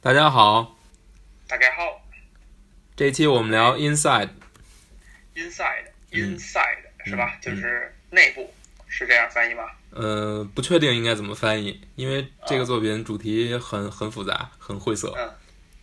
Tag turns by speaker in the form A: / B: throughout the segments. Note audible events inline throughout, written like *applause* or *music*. A: 大家好，
B: 大家好
A: 这一期我们聊 Inside，
B: ，inside
A: 嗯
B: inside、是吧
A: 嗯？
B: 就是内部，是这样翻译吗？
A: 呃，不确定应该怎么翻译，因为这个作品主题很很复杂，很晦涩。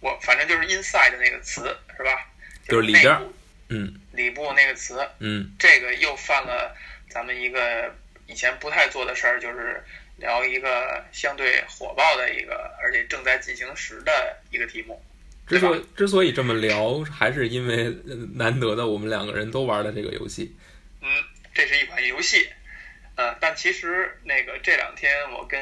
B: 我反正就是 inside 那个词是吧？
A: 就是里
B: 内
A: 边儿
B: 部
A: 嗯
B: 里部那个词，
A: 嗯
B: 这个又犯了咱们一个以前不太做的事儿，就是聊一个相对火爆的一个，而且正在进行时的一个题目。
A: 之
B: 对吧
A: 所以之所以这么聊，还是因为呃难得的我们两个人都玩了这个游戏。
B: 嗯，这是一款游戏，呃，但其实那个这两天我跟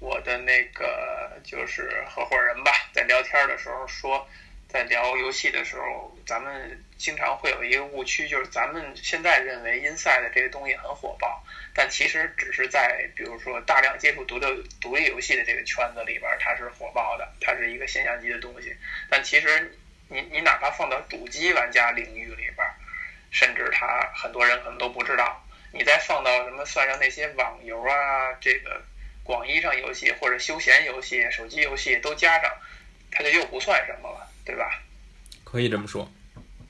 B: 我的那个就是合伙人吧，在聊天的时候说，在聊游戏的时候，咱们经常会有一个误区，就是咱们现在认为 Inside 这个东西很火爆，但其实只是在比如说大量接触独立独立游戏的这个圈子里边儿，它是火爆的，它是一个现象级的东西，但其实你你哪怕放到主机玩家领域里边儿。甚至他很多人可能都不知道。你再放到什么算上那些网游啊，这个广义上游戏或者休闲游戏、手机游戏都加上，它就又不算什么了，对吧？
A: 可以这么说，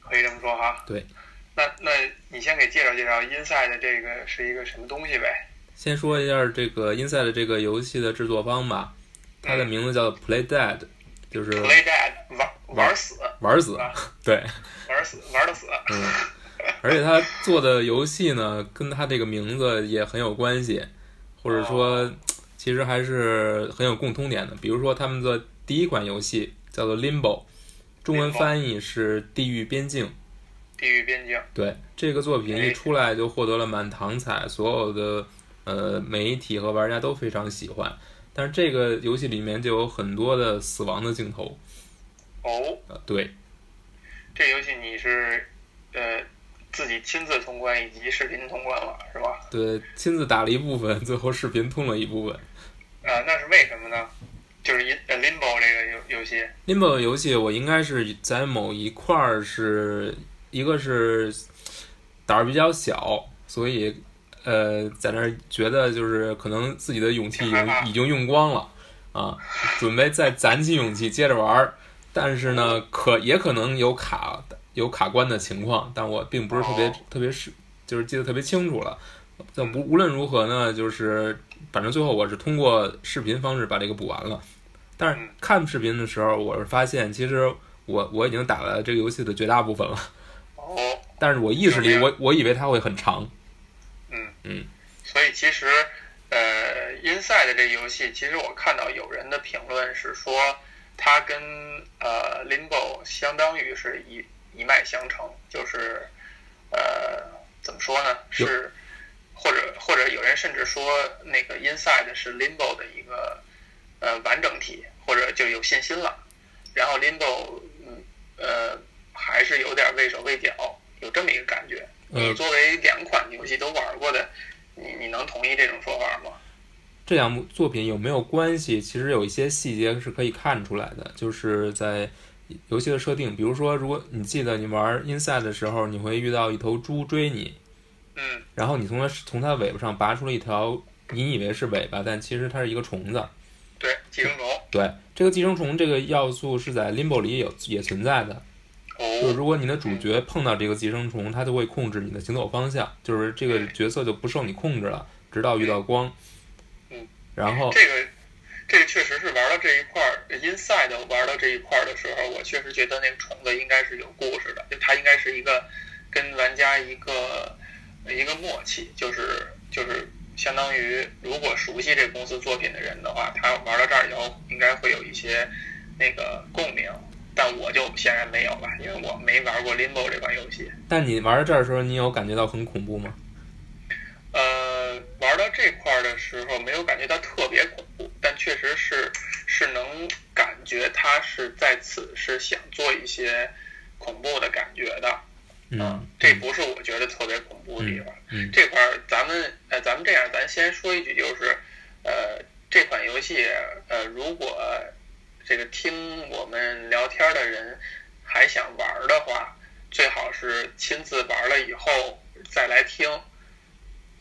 B: 可以这么说哈。
A: 对。
B: 那那你先给介绍介绍 Inside 这个是一个什么东西呗？
A: 先说一下这个 Inside 这个游戏的制作方吧，它的名字叫 Play Dead，就是
B: 嗯 Play Dead 玩玩死
A: 玩死
B: 啊。
A: 对，
B: 玩死玩的死，
A: 嗯，而且他做的游戏呢，跟他这个名字也很有关系，或者说，其实还是很有共通点的。比如说，他们的第一款游戏叫做《Limbo》，中文
B: Limbo
A: 翻译是《地狱边境》。
B: 地狱边境。
A: 对，这个作品一出来就获得了满堂彩，所有的呃媒体和玩家都非常喜欢。但是这个游戏里面就有很多的死亡的镜头，
B: 哦，
A: 呃，对，
B: 这游戏你是呃自己亲自通关以及视频通关了是吧？
A: 对，呃亲自打了一部分，最后视频通了一部分。
B: 呃，那是为什么呢？就是一呃 Limbo 这个游游戏，
A: Limbo 的游戏，我应该是在某一块儿是一个是胆儿比较小，所以呃，在那儿觉得就是可能自己的勇气已经已经用光了啊，准备再攒起勇气接着玩儿。但是呢，可也可能有卡有卡关的情况，但我并不是特别、
B: 哦
A: 特别是就是记得特别清楚了。但无无论如何呢，就是反正最后我是通过视频方式把这个补完了。但是
B: 嗯
A: 看视频的时候，我是发现其实我我已经打了这个游戏的绝大部分了，
B: 哦，
A: 但是我意识里
B: 有没有
A: 我我以为它会很长，
B: 嗯
A: 嗯，
B: 所以其实呃，Inside 这游戏，其实我看到有人的评论是说，它跟呃 Limbo 相当于是一一脉相承，就是呃怎么说呢？
A: 有
B: 是或者或者有人甚至说那个 Inside 是 Limbo 的一个呃完整体，或者就有信心了。然后 Limbo 嗯呃还是有点畏手畏脚，有这么一个感觉。
A: 呃
B: 你作为两款游戏都玩过的，你你能同意这种说法吗？
A: 这两部作品有没有关系？其实有一些细节是可以看出来的，就是在游戏的设定，比如说，如果你记得你玩 Inside 的时候，你会遇到一头猪追你，
B: 嗯
A: 然后你从它从它尾巴上拔出了一条你以为是尾巴，但其实它是一个虫子。，
B: 对，寄生虫。
A: 对，这个寄生虫这个要素是在 Limbo 里也有也存在的，就是
B: 哦，
A: 如果你的主角碰到这个寄生虫，它就会控制你的行走方向，就是这个角色就不受你控制了，直到遇到光。
B: 嗯，
A: 然后
B: 这个这个确实是玩到这一块儿，Inside 玩到这一块儿的时候，我确实觉得那个虫子应该是有故事的，就它应该是一个跟玩家一个一个默契，就是就是相当于如果熟悉这公司作品的人的话，他玩到这儿以后应该会有一些那个共鸣。但我就显然没有了，因为我没玩过 Limbo 这款游戏。
A: 但你玩到这儿的时候，你有感觉到很恐怖吗？
B: 呃，玩到这块儿的时候，没有感觉到特别恐怖，但确实是是能感觉他是在此是想做一些恐怖的感觉的。
A: 嗯，
B: 这不是我觉得特别恐怖的地方。
A: 嗯
B: 这块儿咱们呃，咱们这样，咱先说一句，就是呃，这款游戏呃，如果这个听我们聊天的人还想玩儿的话，最好是亲自玩了以后再来听，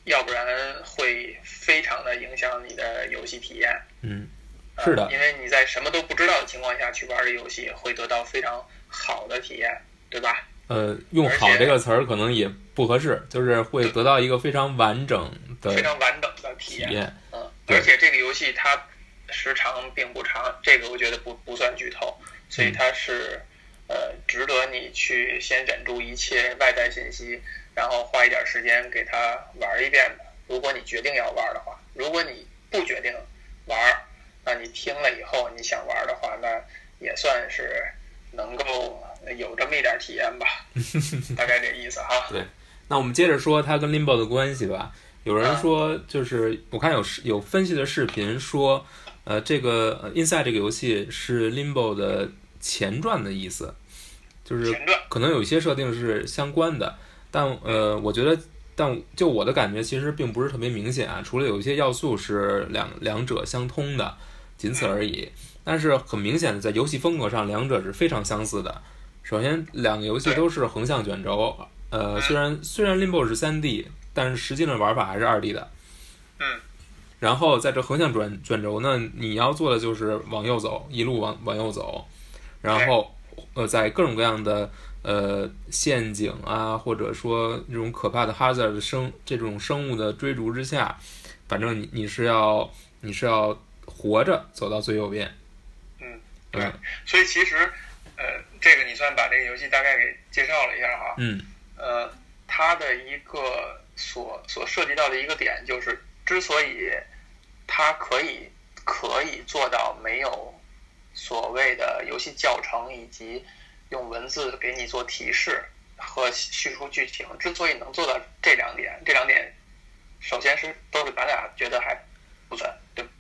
B: 要不然会非常的影响你的游戏体验。
A: 嗯，
B: 呃
A: 是的
B: 因为你在什么都不知道的情况下去玩这游戏，会得到非常好的体验，对吧？
A: 呃，用“好
B: 而”且
A: 这个词儿可能也不合适，就是会得到一个非常完整的
B: 非常完整的体
A: 体
B: 验。
A: 验。
B: 嗯，
A: 对
B: 而且这个游戏它时长并不长，这个我觉得不不算剧透，
A: 嗯
B: 所以它是呃值得你去先忍住一切外在信息，然后花一点时间给它玩一遍的。如果你决定要玩的话，如果你不决定玩儿，那你听了以后你想玩的话，那也算是能够有这么一点体验
A: *laughs*
B: 吧，大概这意思哈。
A: 那我们接着说它跟 Limbo 的关系吧。有人说，就是我看有视有分析的视频说，呃，这个呃 Inside 这个游戏是 Limbo 的前传的意思，就是
B: 前段
A: 可能有一些设定是相关的，但呃，我觉得，但就我的感觉，其实并不是特别明显啊。除了有一些要素是两两者相通的，仅此而已。但是很明显的，在游戏风格上，两者是非常相似的。首先，两个游戏都是横向卷轴，呃，
B: 嗯
A: 虽然虽然 Limbo 是三 D，但是实际的玩法还是二 D 的。
B: 嗯。
A: 然后在这横向转转轴呢，你要做的就是往右走，一路往往右走，然后呃，在各种各样的呃陷阱啊，或者说那种可怕的哈 a z 的生这种生物的追逐之下，反正你你是要你是要活着走到最右边。
B: 嗯，对
A: 嗯
B: 所以其实，呃，这个你算把这个游戏大概给介绍了一下哈。
A: 嗯
B: 呃，它的一个所所涉及到的一个点就是，之所以它可以可以做到没有所谓的游戏教程以及用文字给你做提示和叙述剧情，之所以能做到这两点，这两点首先是都是咱俩觉得还不错，对吧？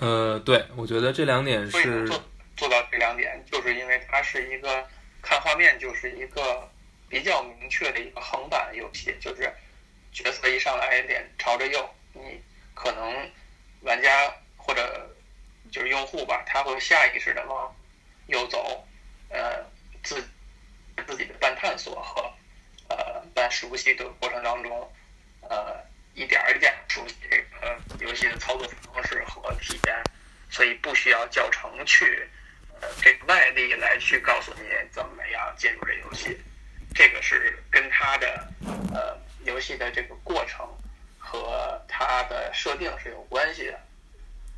A: 呃，对，我觉得这两点
B: 所以能
A: 是
B: 做做到这两点，就是因为它是一个看画面就是一个比较明确的一个横版游戏，就是角色一上来脸朝着右，你可能玩家或者就是用户吧，他会下意识的往右走，呃，自自己的半探索和呃半熟悉的过程当中，呃，一点儿一点儿熟悉这个游戏的操作方式和体验，所以不需要教程去呃这个外力来去告诉你怎么样进入这游戏，这个是跟它的呃游戏的这个过程和它的设定是有关系的。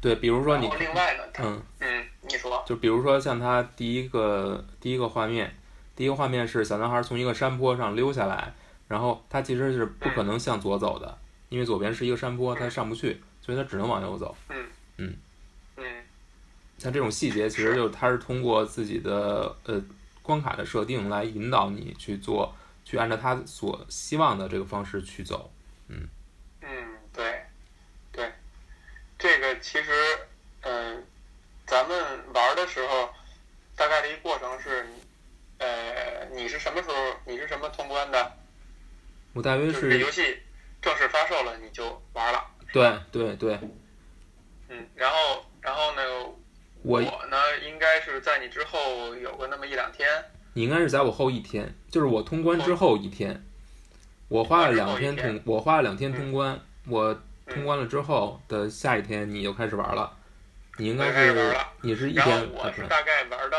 A: 对，比如说
B: 然
A: 哦你
B: 后另外呢，它
A: 嗯，
B: 嗯，你说
A: 就比如说像他第一个第一个画面，第一个画面是小男孩从一个山坡上溜下来，然后他其实是不可能向左走的，因为左边是一个山坡，他上不去，所以他只能往右走。
B: 嗯
A: 像这种细节，其实就是他是通过自己的呃关卡的设定来引导你去做，去按照他所希望的这个方式去走。
B: 嗯，对，对，这个其实，嗯、咱们玩的时候，大概的一个过程是，呃，你是什么时候，你是什么通关的？
A: 我大约
B: 就是这游
A: 是
B: 戏正式发售了，你就玩了。
A: 对对对，
B: 嗯，然后，然后呢，
A: 我
B: 呢，应该是在你之后有个那么一两天，
A: 你应该是在我后一天，就是我通关
B: 哦
A: 之后一天，我花了两天
B: 后一嗯
A: 通，我花了两天通关，我通关了之后的下一天你就开始玩了，你应该
B: 我开始玩
A: 是
B: 了
A: 你是一
B: 然后
A: 天
B: 我是大概玩到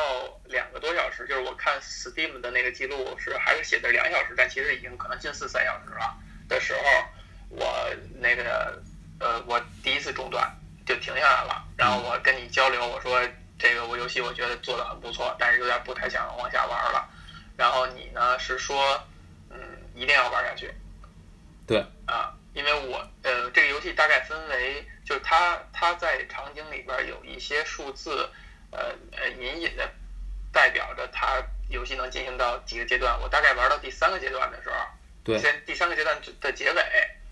B: 两个多小时，就是我看 Steam 的那个记录是还是写的两小时，但其实已经可能近四三小时了的时候，我那个呃，我第一次中断就停下来了，然后我跟你交流，我说这个我游戏我觉得做的很不错，但是有点不太想往下玩了。然后你呢是说，嗯，一定要玩下去。
A: 对。
B: 啊，因为我呃，这个游戏大概分为，就是它它在场景里边有一些数字，呃呃，隐隐的代表着它游戏能进行到几个阶段。我大概玩到第三个阶段的时候，
A: 对
B: 先第三个阶段的结尾，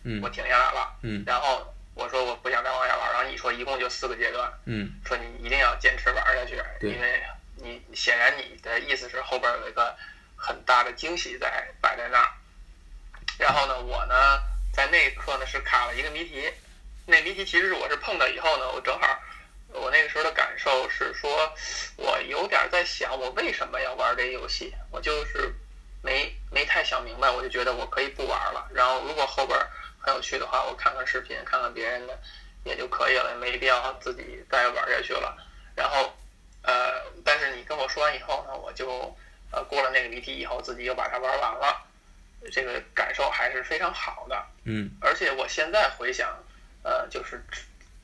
A: 嗯
B: 我停下来了，
A: 嗯
B: 然后我说我不想再往下玩，然后你说一共就四个阶段，
A: 嗯
B: 说你一定要坚持玩下去，
A: 对
B: 因为你显然你的意思是后边有一个很大的惊喜在摆在那儿。然后呢，我呢在那一刻呢是卡了一个谜题，那谜题其实是我是碰到以后呢，我正好我那个时候的感受是说，我有点在想我为什么要玩这游戏，我就是没没太想明白，我就觉得我可以不玩了。然后如果后边很有趣的话，我看看视频，看看别人的也就可以了，也没必要自己再玩下去了。然后，呃，但是你跟我说完以后呢，我就呃过了那个谜题以后，自己又把它玩完了，这个感受还是非常好的。
A: 嗯
B: 而且我现在回想，呃，就是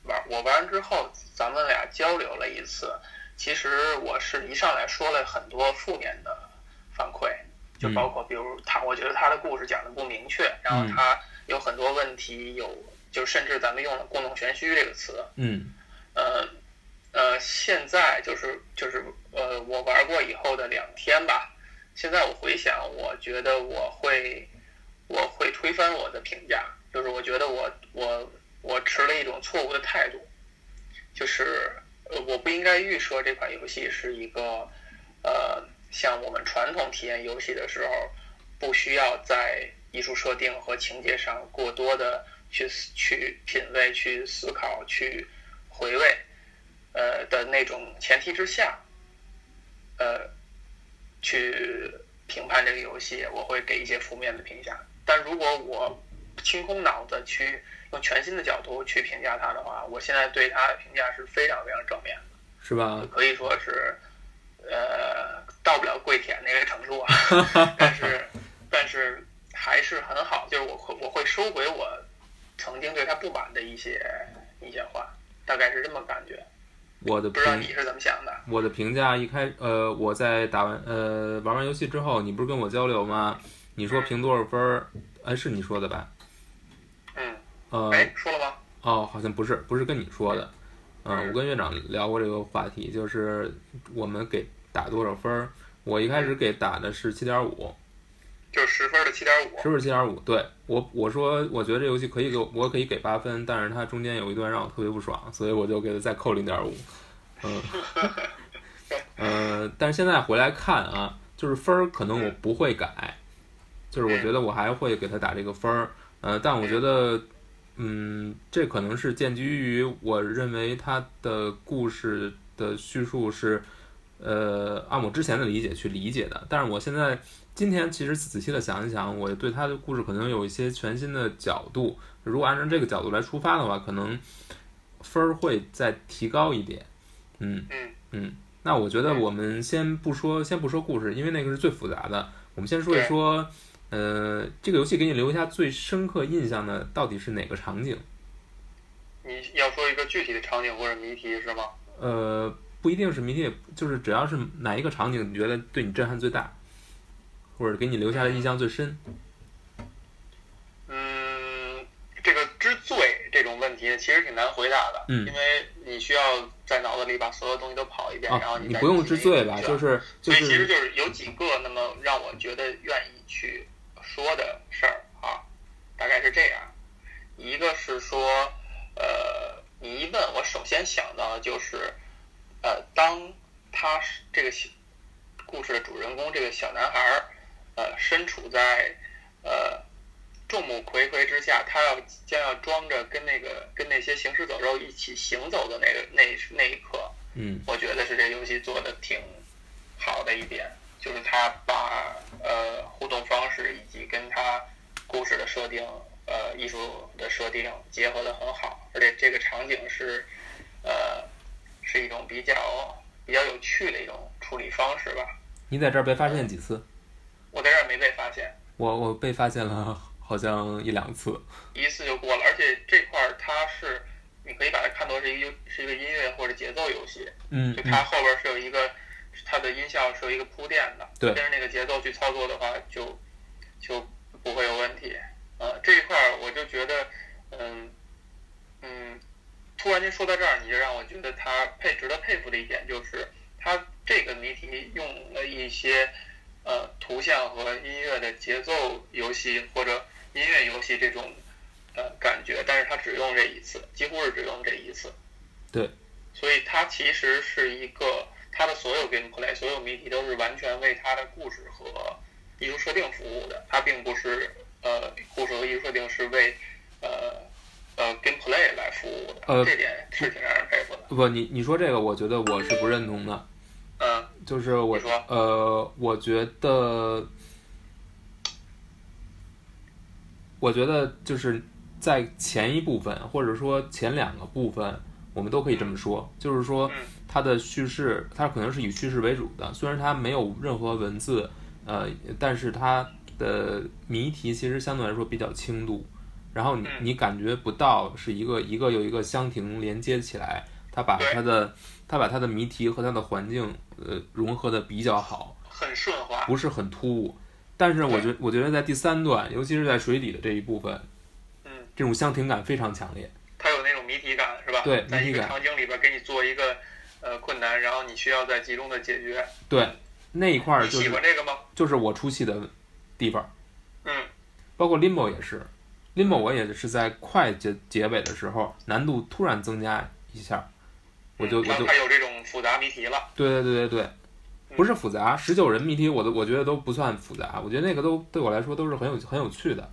B: 玩我玩完之后，咱们俩交流了一次。其实我是一上来说了很多负面的反馈，就
A: 嗯
B: 包括比如他，我觉得他的故事讲的不明确，然后
A: 嗯
B: 他有很多问题，有就甚至咱们用了“故弄玄虚”这个词，
A: 嗯
B: 呃，呃，现在就是就是呃，我玩过以后的两天吧，现在我回想，我觉得我会我会推翻我的评价，就是我觉得我我我持了一种错误的态度，就是呃，我不应该预设这款游戏是一个呃，像我们传统体验游戏的时候，不需要在艺术设定和情节上过多的去思去品味、去思考、去回味，呃的那种前提之下，呃，去评判这个游戏，我会给一些负面的评价。但如果我清空脑子去用全新的角度去评价它的话，我现在对它的评价是非常非常正面的。
A: 是吧？
B: 可以说是，呃，到不了跪舔那个程度啊，
A: *laughs*
B: 但是，但是还是很好，就是我会我会收回我曾经对他不满的一些一些话，大概是这么感觉，
A: 我的
B: 不知道
A: 评
B: 你是怎么想的？
A: 我的评价一开呃，我在打完呃玩完游戏之后，你不是跟我交流吗？你说评多少分儿？哎，是你说的吧？
B: 嗯，
A: 呃，
B: 哎，说了吗？
A: 哦，好像不是，不是跟你说的。嗯、
B: 嗯
A: 我跟院长聊过这个话题，就是我们给打多少分儿。我一开始给打的是七点五，
B: 就是十分的七点五
A: 是，不是七点五？对我我说我觉得这游戏可以给我，我可以给八分，但是它中间有一段让我特别不爽，所以我就给它再扣零点五。嗯，呃，但是现在回来看啊，就是分儿可能我不会改，就是我觉得我还会给它打这个分儿。呃，但我觉得，嗯，这可能是建基于我认为它的故事的叙述是，呃，按我之前的理解去理解的。但是我现在今天其实仔细的想一想，我对它的故事可能有一些全新的角度。如果按照这个角度来出发的话，可能分儿会再提高一点。嗯
B: 嗯
A: 嗯，那我觉得我们先不说，先不说故事，因为那个是最复杂的。我们先说一
B: 对
A: 说。呃，这个游戏给你留下最深刻印象的到底是哪个场景？
B: 你要说一个具体的场景或者谜题是吗？
A: 呃，不一定是谜题，也就是只要是哪一个场景，你觉得对你震撼最大，或者给你留下的印象最深？
B: 嗯，这个之最这种问题其实挺难回答的，
A: 嗯
B: 因为你需要在脑子里把所有东西都跑一遍，然后
A: 啊，
B: 你
A: 你
B: 再
A: 不用
B: 自
A: 之
B: 己
A: 最吧，
B: 选
A: 就是就
B: 所以其实
A: 是
B: 就是有几个那么让我觉得愿意去说的事儿啊，大概是这样。一个是说，呃，你一问我首先想到的就是，呃，当他是这个小故事的主人公这个小男孩儿，呃，身处在呃众目睽睽之下，他要将要装着跟那个跟那些行尸走肉一起行走的那个那那一刻，
A: 嗯
B: 我觉得是这游戏做的挺好的一点，就是它把呃互动方式以及跟它故事的设定、呃艺术的设定结合的很好，而且这个场景是呃是一种比较比较有趣的一种处理方式吧。
A: 你在这儿被发现几次？
B: 我在这儿没被发现，
A: 我我被发现了，好像一两次。
B: 一次就过了，而且这块儿它是你可以把它看作是一个是一个音乐或者节奏游戏，
A: 嗯
B: 就它
A: 嗯
B: 后边是有一个它的音效是有一个铺垫的，
A: 对
B: 跟着那个节奏去操作的话，就就不会有问题。呃，这一块儿我就觉得，嗯嗯，突然间说到这儿，你就让我觉得他佩值得佩服的一点就是，他这个谜题用了一些呃图像和音乐的节奏游戏或者音乐游戏这种呃感觉，但是他只用这一次，几乎是只用这一次。
A: 对，
B: 所以它其实是一个它的所有 gameplay 所有谜题都是完全为它的故事和艺术设定服务的，它并不是呃故事和艺术设定是为呃呃 gameplay 来服务的，
A: 呃
B: 这点是挺让人佩服的。
A: 嗯不，你你说这个，我觉得我是不认同的。
B: 嗯
A: 就是我
B: 你说
A: 呃，我觉得，我觉得就是在前一部分或者说前两个部分，我们都可以这么说，就是说
B: 嗯
A: 它的叙事，它可能是以叙事为主的，虽然它没有任何文字，呃，但是它的谜题其实相对来说比较轻度，然后你
B: 嗯
A: 你感觉不到是一个一个又一个相庭连接起来，它把它的它把它的谜题和它的环境呃融合的比较好，
B: 很顺滑。
A: 不是很突兀。但是我觉我觉得在第三段，尤其是在水底的这一部分，
B: 嗯，
A: 这种相庭感非常强烈。
B: 它有那种谜题感，是吧？
A: 对
B: 在
A: 谜
B: 一
A: 题
B: 个
A: 感
B: 场景里边给你做一个呃困难，然后你需要再集中的解决。
A: 对，那一块儿
B: 你
A: 就
B: 喜
A: 是
B: 欢这个吗？
A: 就是我出戏的地方，
B: 嗯
A: 包括 Limbo 也是，Limbo 我也是在快结结尾的时候，难度突然增加一下，我就我
B: 嗯它
A: 就
B: 它有这种复杂谜题了。
A: 对对对对对，不是复杂，十九人谜题我都我觉得都不算复杂，我觉得那个都对我来说都是很有很有趣的。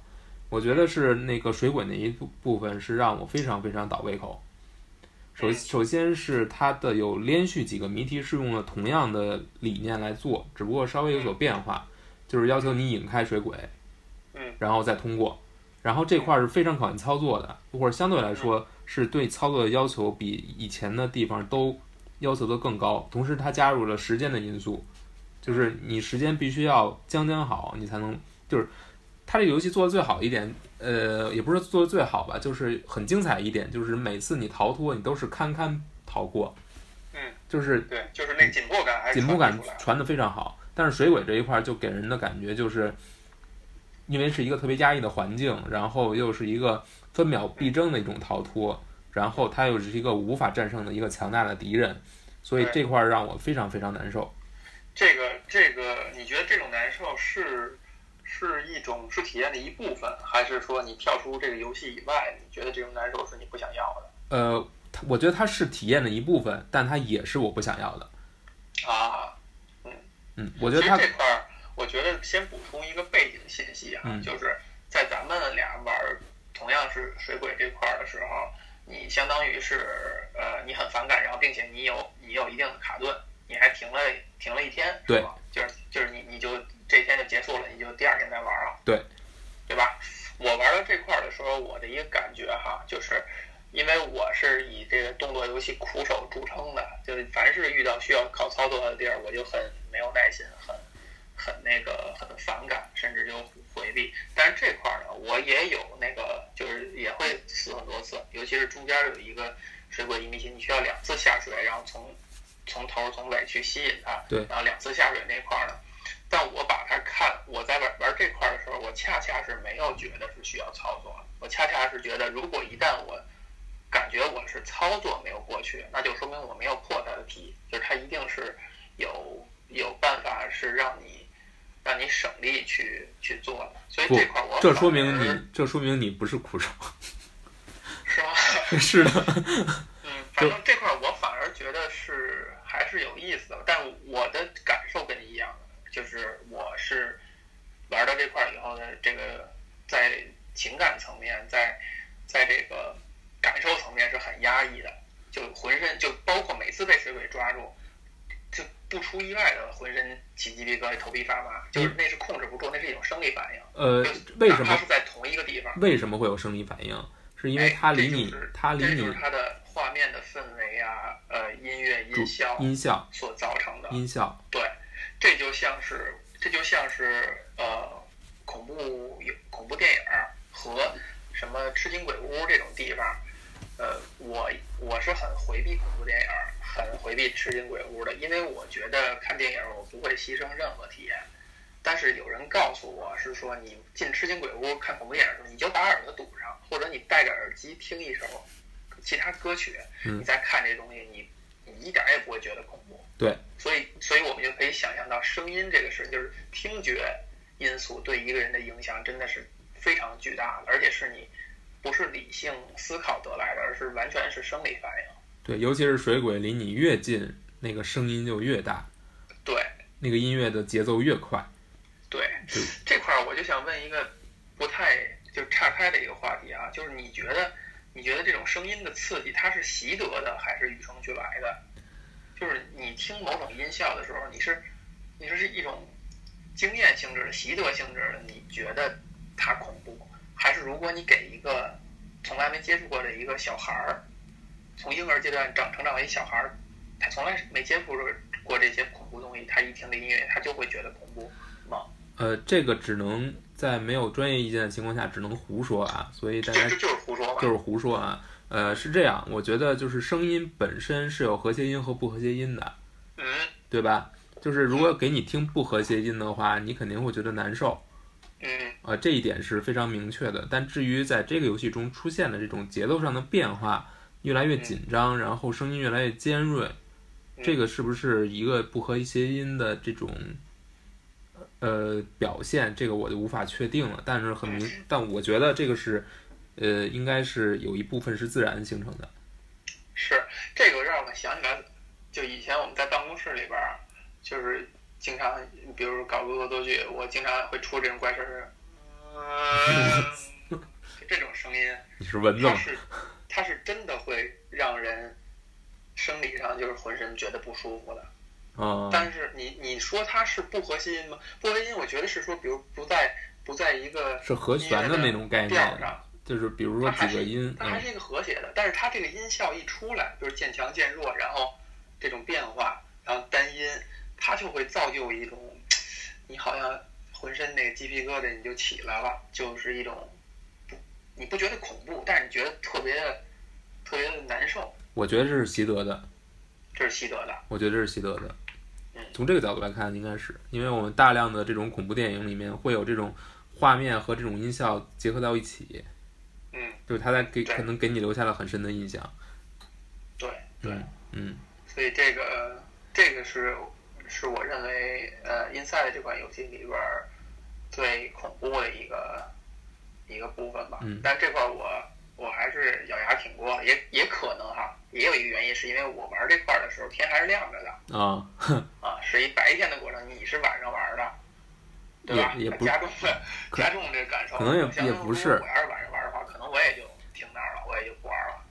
A: 我觉得是那个水鬼那一部部分是让我非常非常倒胃口。首
B: 嗯
A: 首先是它的有连续几个谜题是用了同样的理念来做，只不过稍微有所变化，就是要求你引开水鬼，
B: 嗯，
A: 然后再通过。然后这块儿是非常考验操作的，或者相对来
B: 嗯
A: 说是对操作的要求比以前的地方都要求的更高。同时，它加入了时间的因素，就是你时间必须要将将好，你才能就是它这个游戏做的最好一点，呃，也不是做的最好吧，就是很精彩一点，就是每次你逃脱，你都是堪堪逃过，
B: 嗯，
A: 就是
B: 对，就是那紧迫感还是
A: 紧迫
B: 传
A: 感
B: 递出来了。
A: 传的非常好。但是水鬼这一块儿就给人的感觉就是，因为是一个特别压抑的环境，然后又是一个分秒必争的一种逃脱，然后他又是一个无法战胜的一个强大的敌人，所以
B: 对
A: 这块儿让我非常非常难受。
B: 这个这个，你觉得这种难受是是一种是体验的一部分，还是说你跳出这个游戏以外，你觉得这种难受是你不想要的
A: 呃，它我觉得它是体验的一部分，但它也是我不想要的。
B: 啊？
A: 嗯，我觉得
B: 其实
A: 它
B: 这块儿，我觉得先补充一个背景信息啊，
A: 嗯
B: 就是在咱们俩玩儿同样是水鬼这块儿的时候，你相当于是呃你很反感，然后并且你有你有一定的卡顿，你还停了停了一天，
A: 对
B: 是吧，就是就是你你就这一天就结束了，你就第二天再玩儿了，
A: 对，
B: 对吧？我玩到这块儿的时候，我的一个感觉哈，就是因为我是以这个动作游戏苦手著称的，就是凡是遇到需要靠操作的地儿，我就很没有耐心，很很那个很反感，甚至就回避。但是这块儿呢，我也有那个，就是也会死很多次，尤其是中间有一个水果移民期，你需要两次下水，然后从从头儿从尾去吸引它。
A: 对
B: 然后两次下水那块儿呢，但我把它看我在玩玩这块儿的时候，我恰恰是没有觉得是需要操作的，我恰恰是觉得如果一旦我感觉我是操作没有过去，那就说明我没有破它的题，就是它一定是有有办法是让你让你省力去去做的，所以
A: 不
B: 这块儿我
A: 这
B: 反
A: 说明
B: 而
A: 你这说明你不是苦手，
B: 是吗？
A: *laughs* 是的，
B: 嗯，反正这块儿我反而觉得是还是有意思的，但我的感受跟你一样，就是我是玩到这块儿以后呢，这个在情感层面，在在这个感受层面是很压抑的，就浑身就包括每次被水鬼抓住，就不出意外的浑身起鸡皮疙瘩、头皮发麻，就是那是控制不住，那是一种生理反应。
A: 嗯呃，为什
B: 哪怕
A: 么
B: 是在同一个地方？
A: 为什么会有生理反应？是因为
B: 哎
A: 它离
B: 这
A: 你
B: 就是
A: 它离
B: 这就
A: 你
B: 是它的画面的氛围啊，呃，音乐
A: 主
B: 音效
A: 音效
B: 所造成的。
A: 音效
B: 对，这就像是这就像是呃恐怖恐怖电影儿和什么吃惊鬼屋这种地方，呃，我我是很回避恐怖电影儿，很回避吃惊鬼屋的，因为我觉得看电影儿我不会牺牲任何体验。但是有人告诉我是说，你进吃惊鬼屋看恐怖电影的时候，你就把耳朵堵上，或者你戴着耳机听一首其他歌曲，
A: 嗯
B: 你再看这东西，你你一点儿也不会觉得恐怖。
A: 对，
B: 所以所以我们就可以想象到声音这个事，就是听觉因素对一个人的影响真的是非常巨大的，而且是你不是理性思考得来的，而是完全是生理反应。
A: 对，尤其是水鬼离你越近，那个声音就越大，
B: 对，
A: 那个音乐的节奏越快。
B: 对
A: 对，
B: 这块儿我就想问一个不太就岔开的一个话题啊，就是你觉得你觉得这种声音的刺激，它是习得的还是与生俱来的？就是你听某种音效的时候，你是你是一种经验性质的、习得性质的，你觉得它恐怖，还是如果你给一个从来没接触过的一个小孩儿，从婴儿阶段长成长为小孩儿，他从来没接触过这些恐怖东西，他一听这音乐，他就会觉得恐怖吗？
A: 呃，这个只能在没有专业意见的情况下，只能胡说啊。所以大
B: 这
A: 家
B: 这就是胡说嘛。
A: 就是胡说啊。呃，是这样，我觉得就是声音本身是有和谐音和不和谐音的，
B: 嗯
A: 对吧？就是如果给你听不和谐音的话，你肯定会觉得难受，
B: 嗯
A: 呃，这一点是非常明确的。但至于在这个游戏中出现的这种节奏上的变化，越来越紧张，然后声音越来越尖锐，
B: 嗯
A: 这个是不是一个不和谐音的这种呃表现？这个我就无法确定了。但是很明，
B: 嗯
A: 但我觉得这个是呃，应该是有一部分是自然形成的。
B: 是这个让我想起来，就以前我们在办公室里边儿，就是经常，比如搞个恶作剧，我经常会出这种怪声儿，
A: *laughs*
B: 嗯就这种声音，
A: 你是蚊子
B: 它
A: 吗？
B: 是它是真的会让人生理上就是浑身觉得不舒服的。
A: 啊、
B: 但是你你说它是不核心吗？不核心，我觉得是说，比如不在不在一个
A: 是和弦的那种概
B: 调儿
A: 念，
B: 上，
A: 就是比如说几个音，
B: 它还
A: 嗯
B: 是一个和谐的，但是它这个音效一出来，就是渐强渐弱，然后这种变化，然后单音，它就会造就一种，你好像浑身那个鸡皮疙瘩你就起来了，就是一种不，你不觉得恐怖，但是你觉得特别的特别的难受，
A: 我觉得这是习得的，
B: 这是习得的，
A: 我觉得这是习得的
B: 嗯。
A: 从这个角度来看，应该是因为我们大量的这种恐怖电影里面会有这种画面和这种音效结合到一起，
B: 嗯，
A: 就是它在给
B: 对
A: 可能给你留下了很深的印象。
B: 对对。
A: 嗯嗯
B: 所以这个这个是是我认为呃《Inside》这款游戏里边儿最恐怖的一个一个部分吧。
A: 嗯
B: 但这块儿我我还是咬牙挺过，也也可能哈，也有一个原因是因为我玩这块儿的时候天还是亮着的
A: 啊，
B: 啊，是一白天的过程，你是晚上玩的。对吧？
A: 也也不
B: 加重了，
A: 可
B: 加重这个感受。
A: 可能也
B: 我想
A: 也不是
B: 如果我要是晚上玩的话，可能我也就停那儿了，我也就不玩了。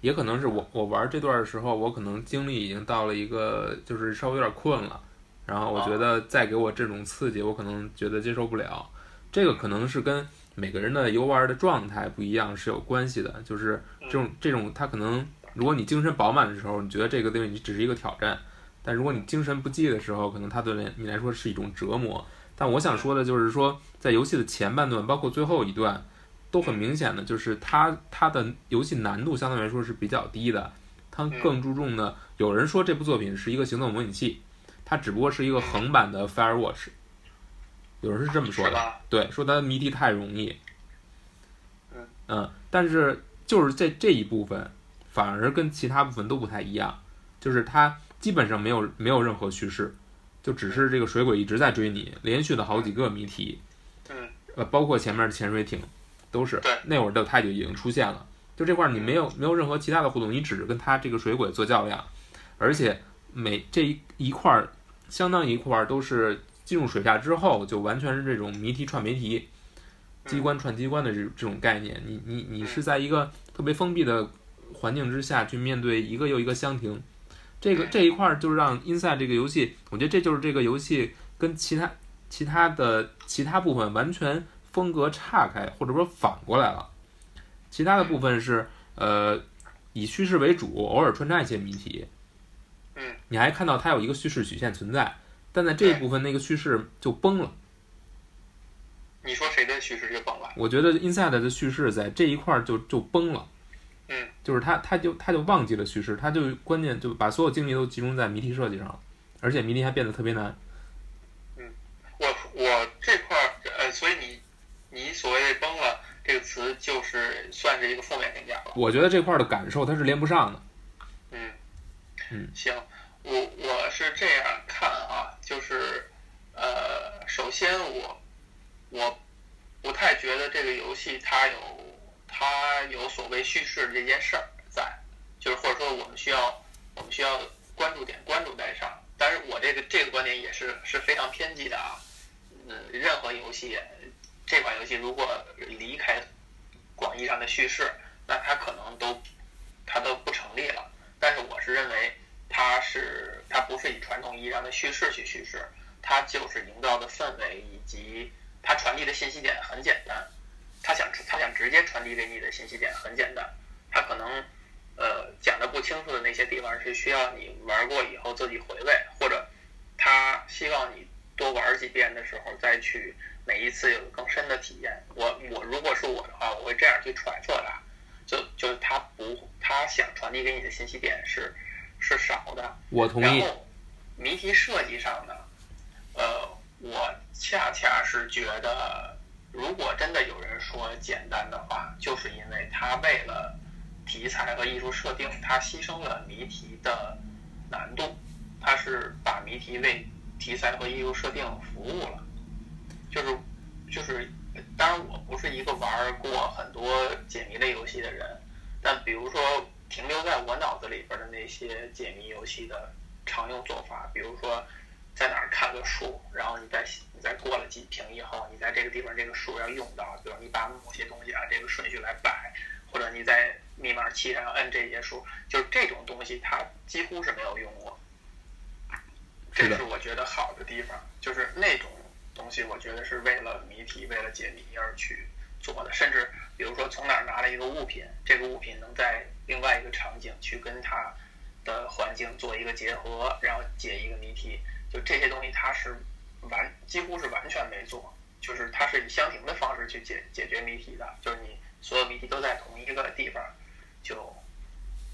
A: 也可能是我我玩这段的时候，我可能精力已经到了一个就是稍微有点困了，然后我
B: 哦
A: 觉得再给我这种刺激，我可能觉得接受不了。这个可能是跟每个人的游玩的状态不一样是有关系的，就是
B: 嗯
A: 这种这种他可能，如果你精神饱满的时候，你觉得这个对你只是一个挑战，但如果你精神不济的时候，可能它对你来说是一种折磨。但我想说的就是说，在游戏的前半段，包括最后一段，都很明显的，就是它它的游戏难度相对来说是比较低的，它更注重的，有人说这部作品是一个行动模拟器，它只不过是一个横版的 Firewatch，有人是这么说
B: 是
A: 的，
B: 吧？
A: 对，说它谜题太容易，
B: 嗯
A: 但是就是在这一部分，反而跟其他部分都不太一样，就是它基本上没有没有任何叙事，就只是这个水鬼一直在追你，连续的好几个谜题，
B: 嗯，
A: 呃，包括前面的潜水艇，都是
B: 对
A: 那会儿的他就已经出现了。就这块儿你没有没有任何其他的互动，你只是跟他这个水鬼做较量，而且每这一一块儿相当一块儿都是进入水下之后就完全是这种谜题串谜题，机关串机关的这这种概念。你你你是在一个特别封闭的环境之下去面对一个又一个箱庭，这个这一块儿就是让 Inside 这个游戏，我觉得这就是这个游戏跟其他其他的其他部分完全风格岔开，或者说反过来了。其他的部分是呃以叙事为主，偶尔穿插一些谜题。
B: 嗯，
A: 你还看到它有一个叙事曲线存在，但在这一
B: 对
A: 部分那个叙事就崩了。
B: 你说谁的叙事就崩了？
A: 我觉得 Inside 的叙事在这一块儿就就崩了。
B: 嗯，
A: 就是他他就他就忘记了叙事，他就关键就把所有精力都集中在谜题设计上了，而且谜题还变得特别难。
B: 我我这块儿呃，所以你你所谓崩了这个词，就是算是一个负面评价了。
A: 我觉得这块儿的感受它是连不上的。
B: 嗯，
A: 嗯，
B: 行，我我是这样看啊，就是呃，首先我我不太觉得这个游戏它有它有所谓叙事这件事儿在，就是或者说我们需要我们需要关注点关注在上，但是我这个这个观点也是是非常偏激的啊，嗯，任何游戏这款游戏如果离开广义上的叙事，那它可能都它都不成立了。但是我是认为它是它不是以传统意义上的叙事去叙事，它就是营造的氛围以及它传递的信息点很简单，他想他想直接传递给你的信息点很简单，他可能呃讲的不清楚的那些地方是需要你玩过以后自己回味，或者他希望你多玩几遍的时候再去每一次有更深的体验。我我如果是我的话，我会这样去揣测他，就就是他不他想传递给你的信息点是是少的。
A: 我同
B: 然
A: 意。
B: 后谜题设计上呢，呃，我恰恰是觉得，如果真的有人说简单的话，就是因为他为了题材和艺术设定，他牺牲了谜题的难度，他是把谜题为题材和艺术设定服务了。就是就是，呃当然我不是一个玩儿过很多解谜类游戏的人，但比如说停留在我脑子里边的那些解谜游戏的常用做法，比如说在哪儿看个树，然后你再你再过了几屏以后，你在这个地方这个树要用到，比如你把某些东西啊按这个顺序来摆，或者你在密码器上摁这些数，就是这种东西它几乎是没有用过。这
A: 是的
B: 是我觉得好的地方，就是那种东西，我觉得是为了谜题、为了解谜而去做的，甚至比如说从哪儿拿了一个物品，这个物品能在另外一个场景去跟它的环境做一个结合，然后解一个谜题，就这些东西它是完几乎是完全没做，就是它是以相庭的方式去解解决谜题的，就是你所有谜题都在同一个地方，就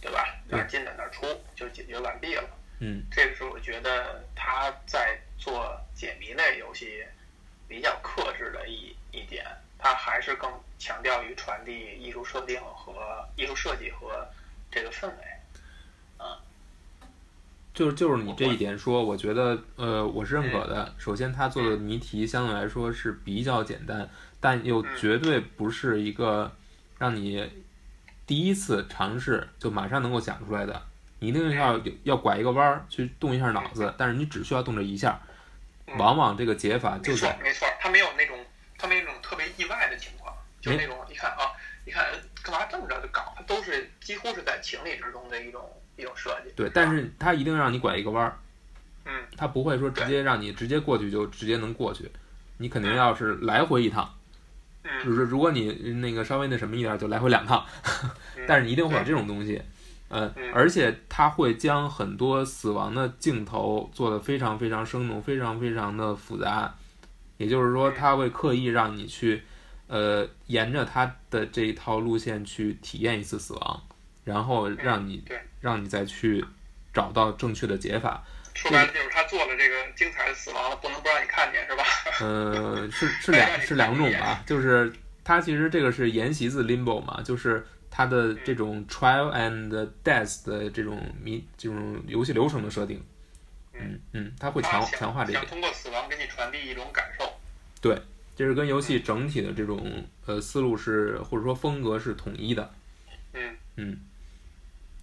B: 对吧？哪儿进的哪儿出，就解决完毕了。
A: 嗯，
B: 这个是我觉得他在做解谜类游戏比较克制的一一点，他还是更强调于传递艺术设定和艺术设计和这个氛围。
A: 就是就是你这一点说，我觉得呃我是认可
B: 嗯
A: 的。首先，他做的谜题相对来说是比较简单，但
B: 嗯
A: 又绝对不是一个让你第一次尝试就马上能够想出来的。你一定要
B: 嗯
A: 要拐一个弯儿去动一下脑子，但是你只需要动这一下，
B: 嗯
A: 往往这个解法
B: 没
A: 就
B: 错
A: 在，
B: 没错，他没有那种他没有那种特别意外的情况，就是
A: 没
B: 那种一看啊，一看干嘛这么着就搞，他都是几乎是在情理之中的一种一种设计。
A: 对，但是他一定让你拐一个弯儿，
B: 嗯，
A: 他不会说直接让你直接过去就直接能过去，你肯定要是来回一趟。
B: 嗯
A: 就是如果你那个稍微那什么一点，就来回两趟，
B: 嗯
A: 但是你一定会有这种东西，呃
B: 嗯，
A: 而且它会将很多死亡的镜头做得非常非常生动，非常非常的复杂，也就是说，
B: 嗯
A: 它会刻意让你去，呃，沿着它的这一套路线去体验一次死亡，然后让你
B: 对
A: 让你再去找到正确的解法，
B: 说白了就是他做了这个精彩的死亡，不能不让你看见是吧？
A: 呃，是是两是两种吧，就是它其实这个是沿袭自 Limbo 嘛，就是它的这
B: 嗯
A: 种 trial and death 的这种迷这种游戏流程的设定，嗯嗯，它会强
B: 他
A: 强化这
B: 想
A: 一
B: 想
A: 点，
B: 通过死亡给你传递一种感受。
A: 这是跟游戏整体的这种呃思路是或者说风格是统一的，
B: 嗯
A: 嗯，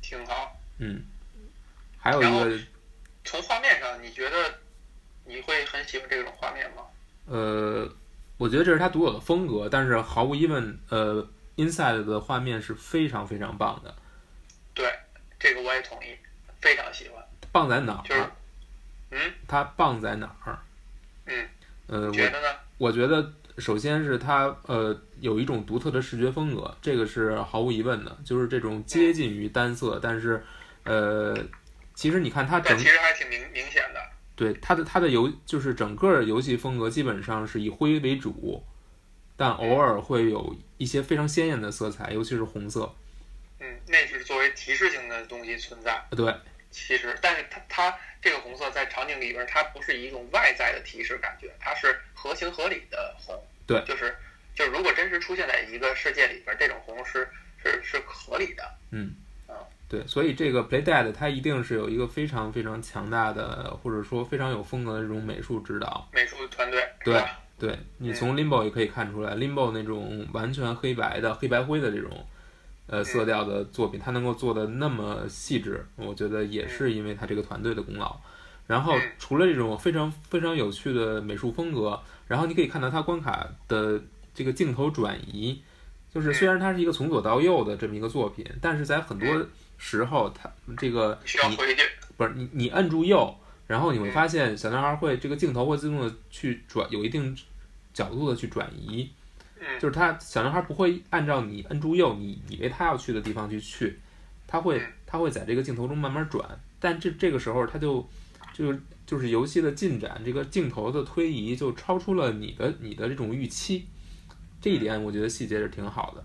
B: 挺好。
A: 嗯，还有一
B: 然后
A: 个
B: 从画面上，你觉得你会很喜欢这种画面吗？
A: 呃，我觉得这是它独有的风格，但是毫无疑问，呃，Inside 的画面是非常非常棒的，
B: 对，这个我也同意，非常喜欢。
A: 棒在哪儿？
B: 就是，嗯
A: 它棒在哪儿？
B: 嗯，
A: 呃，
B: 觉
A: 我
B: 得呢？
A: 我觉得首先是它呃有一种独特的视觉风格，这个是毫无疑问的，就是这种
B: 嗯
A: 接近于单色，但是呃，其实你看它整
B: 但其实还挺明明显的。
A: 对它的它的游就是整个游戏风格基本上是以灰为主，但偶尔会有一些非常鲜艳的色彩，尤其是红色。
B: 嗯，那是作为提示性的东西存在。
A: 对，
B: 其实，但是它它这个红色在场景里边，它不是一种外在的提示感觉，它是合情合理的红。
A: 对
B: 就是就是，如果真实出现在一个世界里边，这种红是是是合理的。
A: 嗯
B: 啊，
A: 对，所以这个 Playdead 它一定是有一个非常非常强大的，或者说非常有风格的这种美术指导。
B: 美术团队是
A: 对
B: 吧？
A: 对你
B: 嗯
A: 从 Limbo 也可以看出来，Limbo 那种完全黑白的、黑白灰的这种呃色调的作品，它能够做的那么细致，我觉得也是因为它这个团队的功劳。然后
B: 嗯
A: 除了这种非常非常有趣的美术风格，然后你可以看到它关卡的这个镜头转移，就是
B: 嗯
A: 虽然它是一个从左到右的这么一个作品，但是在很多时候它这个
B: 需要
A: 你
B: 回去。
A: 不是你你摁住右，然后你
B: 嗯
A: 会发现小男孩会这个镜头会自动的去转，有一定角度的去转移，
B: 嗯
A: 就是他小男孩不会按照你摁住右，你以为他要去的地方去去，他会
B: 嗯
A: 他会在这个镜头中慢慢转，但这这个时候他就就就是游戏的进展，这个镜头的推移就超出了你的你的这种预期，这一点我觉得细节是挺好的。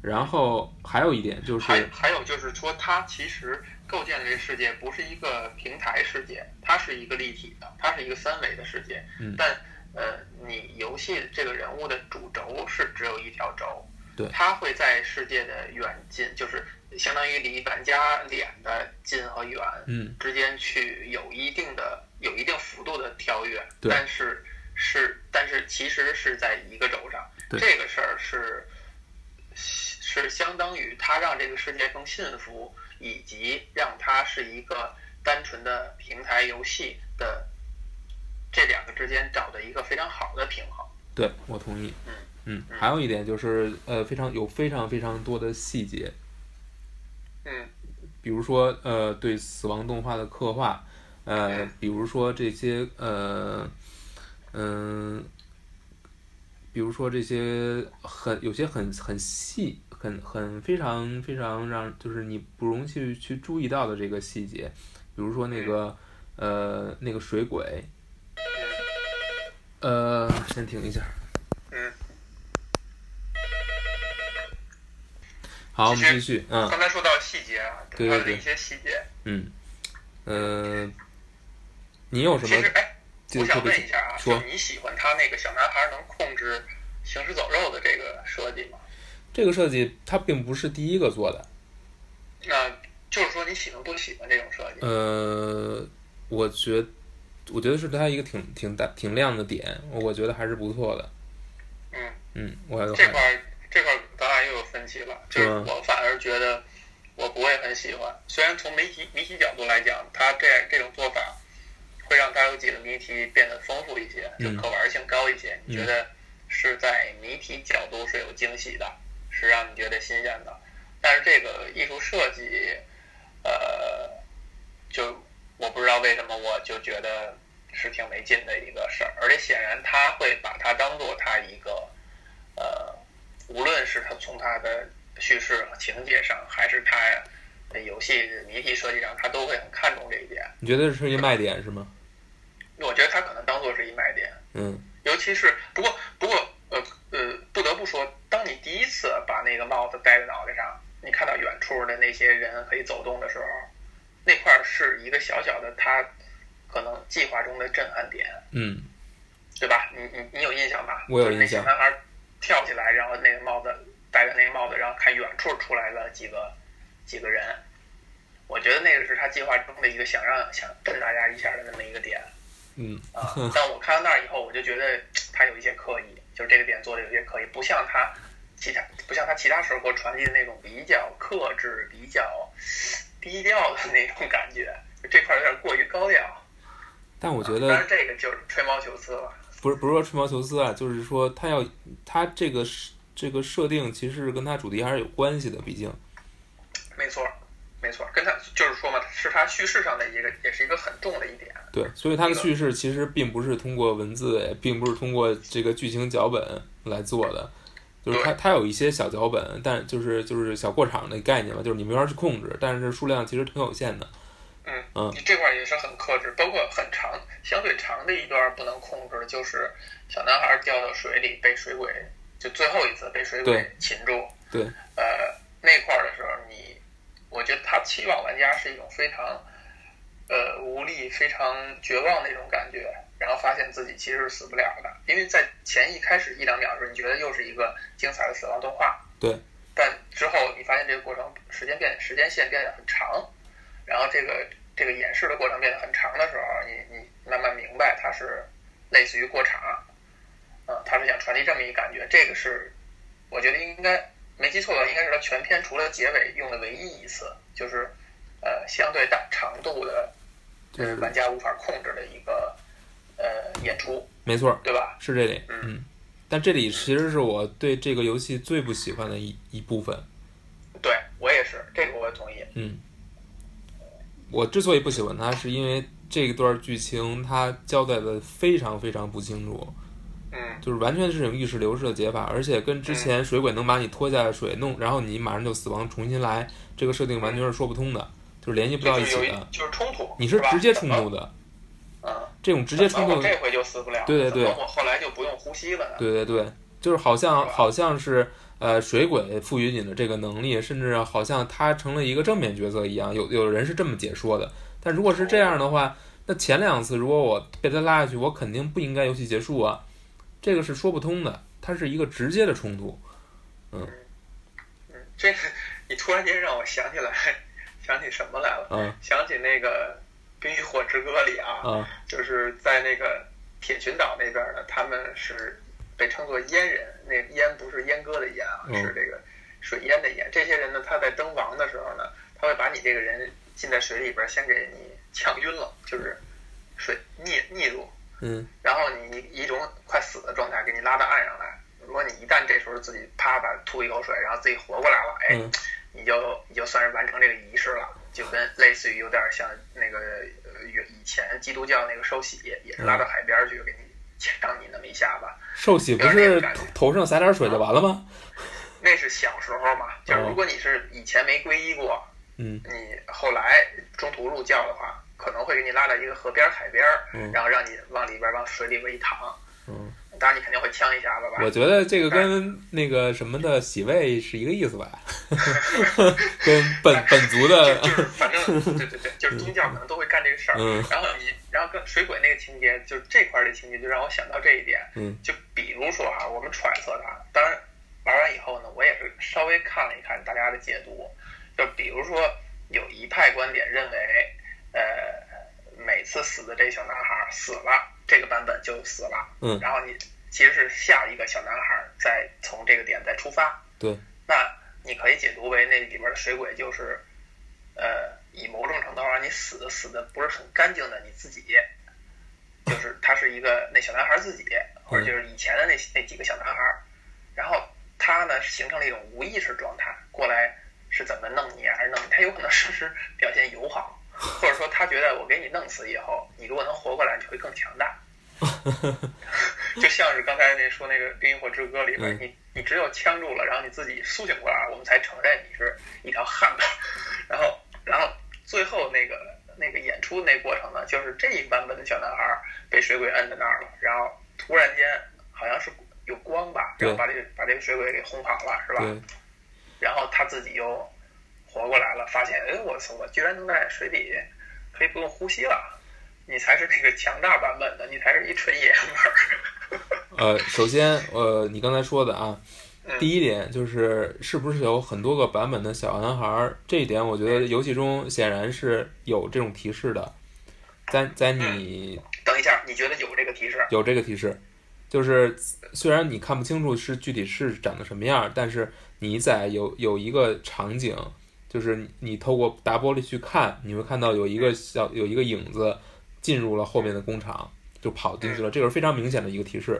A: 然后还有一点就是，
B: 还还有就是说，它其实构建的这个世界不是一个平台世界，它是一个立体的，它是一个三维的世界。
A: 嗯
B: 但呃，你游戏这个人物的主轴是只有一条轴，
A: 对
B: 它会在世界的远近，就是相当于离玩家脸的近和远
A: 嗯，
B: 之间去有一定的、有一定幅度的跳跃，
A: 对
B: 但是是但是其实是在一个轴上，
A: 对
B: 这个事儿是是相当于它让这个世界更幸福，以及让它是一个单纯的平台游戏的这两个之间找的一个非常好的平衡。
A: 对我同意。嗯，还有一点就是，呃，非常有非常非常多的细节，
B: 嗯
A: 比如说呃对死亡动画的刻画，呃
B: 嗯，
A: 比如说这些呃嗯、比如说这些很有些很很细很很非常非常让就是你不容去去注意到的这个细节，比如说那个呃那个水鬼，呃先停一下，
B: 嗯，
A: 好，我
B: 其
A: 们
B: 实
A: 继续，嗯。
B: 刚才说到细节啊，
A: 对
B: 它
A: 对
B: 的
A: 对
B: 一些细节，
A: 嗯，呃，你有什
B: 其
A: 么
B: 实哎，
A: 就
B: 我
A: 特
B: 想
A: 别
B: 问一下啊，
A: 说
B: 就你喜欢他那个小男孩能控制行尸走肉的这个设计吗？
A: 这个设计它并不是第一个做的，
B: 那就是说你喜欢不喜欢这种设计？
A: 呃，我觉我觉得是它一个挺挺大挺亮的点，我觉得还是不错的。
B: 嗯，
A: 嗯，我还
B: 这块儿这块儿咱俩又有分歧了，就是
A: 是吗
B: 我反而觉得我不会很喜欢，虽然从媒体媒体角度来讲，他这这种做法会让他有几个谜题变得丰富一些，就
A: 嗯
B: 可玩性高一些。你觉
A: 嗯
B: 得是在谜题角度是有惊喜的，是让你觉得新鲜的。但是这个艺术设计，呃，就我不知道为什么，我就觉得是挺没劲的一个事儿。而且显然他会把它当做他一个，呃，无论是他从他的叙事情节上，还是他的游戏谜题设计上，他都会很看重这一点。
A: 你觉得是一个卖点是吗？
B: 我觉得他可能当做是一卖点。
A: 嗯
B: 尤其是不过不过呃呃，不得不说，当你第一次把那个帽子戴在脑袋上，你看到远处的那些人可以走动的时候，那块儿是一个小小的他可能计划中的震撼点，
A: 嗯，
B: 对吧？你你你有印象吧？
A: 我有
B: 就是
A: 印象
B: 那小男孩跳起来，然后那个帽子戴着那个帽子，然后看远处出来了几个几个人，我觉得那个是他计划中的一个想让想震大家一下的那么一个点。
A: 嗯
B: 啊，但我看到那儿以后，我就觉得他有一些刻意，就是这个点做的有些刻意，不像他其他不像他其他时候给我传递的那种比较克制、比较低调的那种感觉，就这块儿有点过于高调。
A: 但我觉
B: 但
A: 得
B: 是这个就是吹毛求疵了。
A: 不是不是说吹毛求疵啊，就是说它要它这个是这个设定其实跟它主题还是有关系的，毕竟
B: 没错，没错，跟他就是说嘛，是他叙事上的一个，也是一个很重的一点。
A: 对，所以它的
B: 这个
A: 叙事其实并不是通过文字，也并不是通过这个剧情脚本来做的，就是它它有一些小脚本，但就是就是小过场的概念嘛，就是你没法去控制，但是数量其实挺有限的。
B: 嗯，
A: 嗯
B: 这块儿也是很克制，包括很长、相对长的一段不能控制，就是小男孩掉到水里被水鬼，就最后一次被水鬼
A: 对
B: 擒住。
A: 对，
B: 呃，那块儿的时候你，我觉得他期望玩家是一种非常，呃，无力、非常绝望的一种感觉，然后发现自己其实是死不了的，因为在前一开始一两秒的时候，你觉得又是一个精彩的死亡动画，
A: 对，
B: 但之后你发现这个过程时间变时间线变得很长，然后这个这个演示的过程变得很长的时候，你你慢慢明白它是类似于过场，嗯，他是想传递这么一感觉，这个是我觉得应该没记错的话，应该是他全篇除了结尾用的唯一一次，就是呃相对大长度的，
A: 就
B: 就是
A: 是
B: 玩家无法控制的一个呃演出，
A: 没错，
B: 对吧？
A: 是这里，嗯。但这里其实是我对这个游戏最不喜欢的一一部分。
B: 对我也是，这个我也同意。
A: 嗯，我之所以不喜欢它，是因为这一段剧情它交代的非常非常不清楚，
B: 嗯
A: 就是完全是种意识流式的解法，而且跟之前水鬼能把你拖下水弄，然后你马上就死亡重新来，这个设定完全是说不通的，就是联系不到
B: 这
A: 一
B: 就是
A: 起
B: 有一
A: 的。
B: 就是冲突，
A: 你是
B: 吧
A: 直接冲突的，
B: 怎么嗯，
A: 这种直接冲
B: 怎么
A: 突
B: 我，这回就死不了，
A: 对对对
B: 怎么我后来就不用呼吸了呢，
A: 对对对，就是好像
B: 呃是吧
A: 好像是呃水鬼赋予你的这个能力，甚至好像他成了一个正面角色一样，有有人是这么解说的。但如果是这样的
B: 哦
A: 话，那前两次如果我被他拉下去，我肯定不应该游戏结束啊，这个是说不通的，它是一个直接的冲突。
B: 嗯这个你突然间让我想起来，想起什么来了？
A: 嗯
B: 想起那个《冰与火之歌》里啊，
A: 啊
B: 就是在那个铁群岛那边呢，他们是被称作燕人，那个燕不是阉割的燕啊，
A: 嗯
B: 是这个水淹的淹。这些人呢，他在登王的时候呢，他会把你这个人浸在水里边，先给你呛晕了，就是水溺溺入，
A: 嗯
B: 然后你你以一种快死的状态给你拉到岸上来。如果你一旦这时候自己啪把吐一口水，然后自己活过来了，哎，
A: 嗯
B: 你就你就算是完成这个仪式了，就跟类似于有点像那个呃以前基督教那个受洗，也是拉到海边儿去给你呛你那么一下吧。
A: 受洗不是头头上洒点水就完了吗？
B: 那是小时候嘛，就是如果你是以前没皈依过，
A: 嗯
B: 你后来中途入教的话，可能会给你拉到一个河边儿、海边儿，
A: 嗯
B: 然后让你往里边儿往水里边一躺，
A: 嗯，
B: 当然你肯定会呛一下子吧
A: 我。觉得这个跟那个什么的洗胃是一个意思吧， *laughs* 跟本本族
B: 就
A: 的
B: 就是反正对对对，就是宗教可能都会干这个事儿。
A: 嗯
B: 然后你，然后跟水鬼那个情节，就是这块儿的情节，就让我想到这一点。
A: 嗯，
B: 就比如说哈、我们揣测它，当然玩完以后呢，我也是稍微看了一看大家的解读。就比如说有一派观点认为，呃，每次死的这小男孩儿死了，这个版本就死了。
A: 嗯
B: 然后你其实是下一个小男孩儿再从这个点再出发。
A: *laughs* 对，
B: 那你可以解读为那里边的水鬼就是，呃，以某种程度上你死死的不是很干净的你自己，就是他是一个那小男孩自己，或者就是以前的那那几个小男孩儿，然后他呢形成了一种无意识状态，过来是怎么弄你啊还是弄你，他有可能是不是表现友好，或者说他觉得我给你弄死以后，你如果能活过来，你就会更强大。就像是刚才那说那个《冰与火之歌》里边，
A: 嗯
B: 你你只有呛住了，然后你自己苏醒过来了，我们才承认你是一条汉子。 *laughs* 然后，然后最后那个那个演出那过程呢，就是这一版本的小男孩儿被水鬼摁在那儿了，然后突然间好像是有光吧，
A: 对
B: 然后把这个把这个水鬼给轰跑了，是吧？
A: 对
B: 然后他自己又活过来了，发现哎，我操，我居然能在水底可以不用呼吸了。你才是那个强大版本的，你才是一纯爷们儿。
A: 呃，首先呃，你刚才说的啊，
B: 嗯
A: 第一点就是是不是有很多个版本的小男孩儿，这一点我觉得游戏中显然是有这种提示的，在在你
B: 等一下，你觉得有这个提示？
A: 有这个提示，就是虽然你看不清楚是具体是长得什么样儿，但是你在有有一个场景，就是你你透过大玻璃去看，你会看到有一个小有一个影子进入了后面的工厂，就跑进去了，这个是非常明显的一个提示。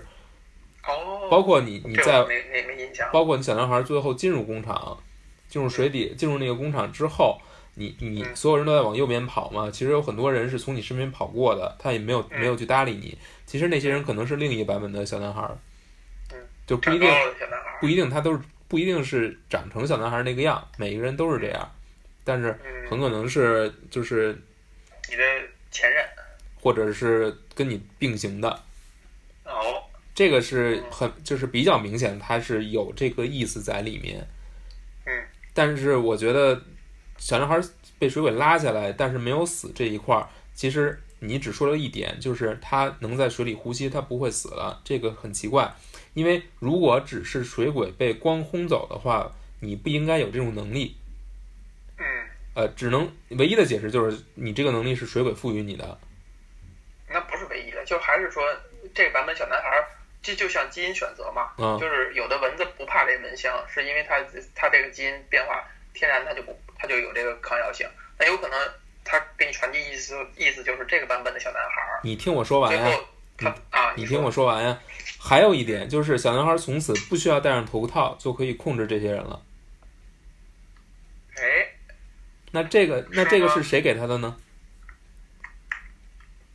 B: 哦，
A: 包括你你
B: 这
A: 在
B: 我没没没印象。
A: 包括你小男孩最后进入工厂，进入水底，进入那个工厂之后，你你
B: 嗯
A: 所有人都在往右边跑嘛，其实有很多人是从你身边跑过的，他也没有
B: 嗯
A: 没有去搭理你。其实那些人可能是另一版本的小男孩儿
B: 嗯，
A: 就不
B: 长
A: 一定
B: 高了的小男孩儿
A: 不，一定他都是不一定是长成小男孩那个样，每个人都是这样，但是很
B: 嗯，
A: 可能是就是
B: 你的前任。
A: 或者是跟你并行的，
B: 哦，
A: 这个是很就是比较明显，它是有这个意思在里面。
B: 嗯，
A: 但是我觉得小男孩被水鬼拉下来，但是没有死这一块儿，其实你只说了一点，就是他能在水里呼吸，他不会死了，这个很奇怪。因为如果只是水鬼被光轰走的话，你不应该有这种能力。
B: 嗯，
A: 呃，只能唯一的解释就是你这个能力是水鬼赋予你的，
B: 那不是唯一的，就还是说这个版本小男孩儿，这就像基因选择嘛，
A: 嗯
B: 就是有的蚊子不怕这个蚊香，是因为它它这个基因变化天然它就不它就有这个抗药性，那有可能它给你传递意思意思就是这个版本的小男孩儿，
A: 你听我说完
B: 最
A: 呀、
B: 后他啊，
A: 你
B: 说
A: 听我说完呀。还有一点就是，小男孩从此不需要戴上头套就可以控制这些人了。
B: 哎，
A: 那这个，那
B: 是
A: 这个
B: 吗
A: 是谁给他的呢？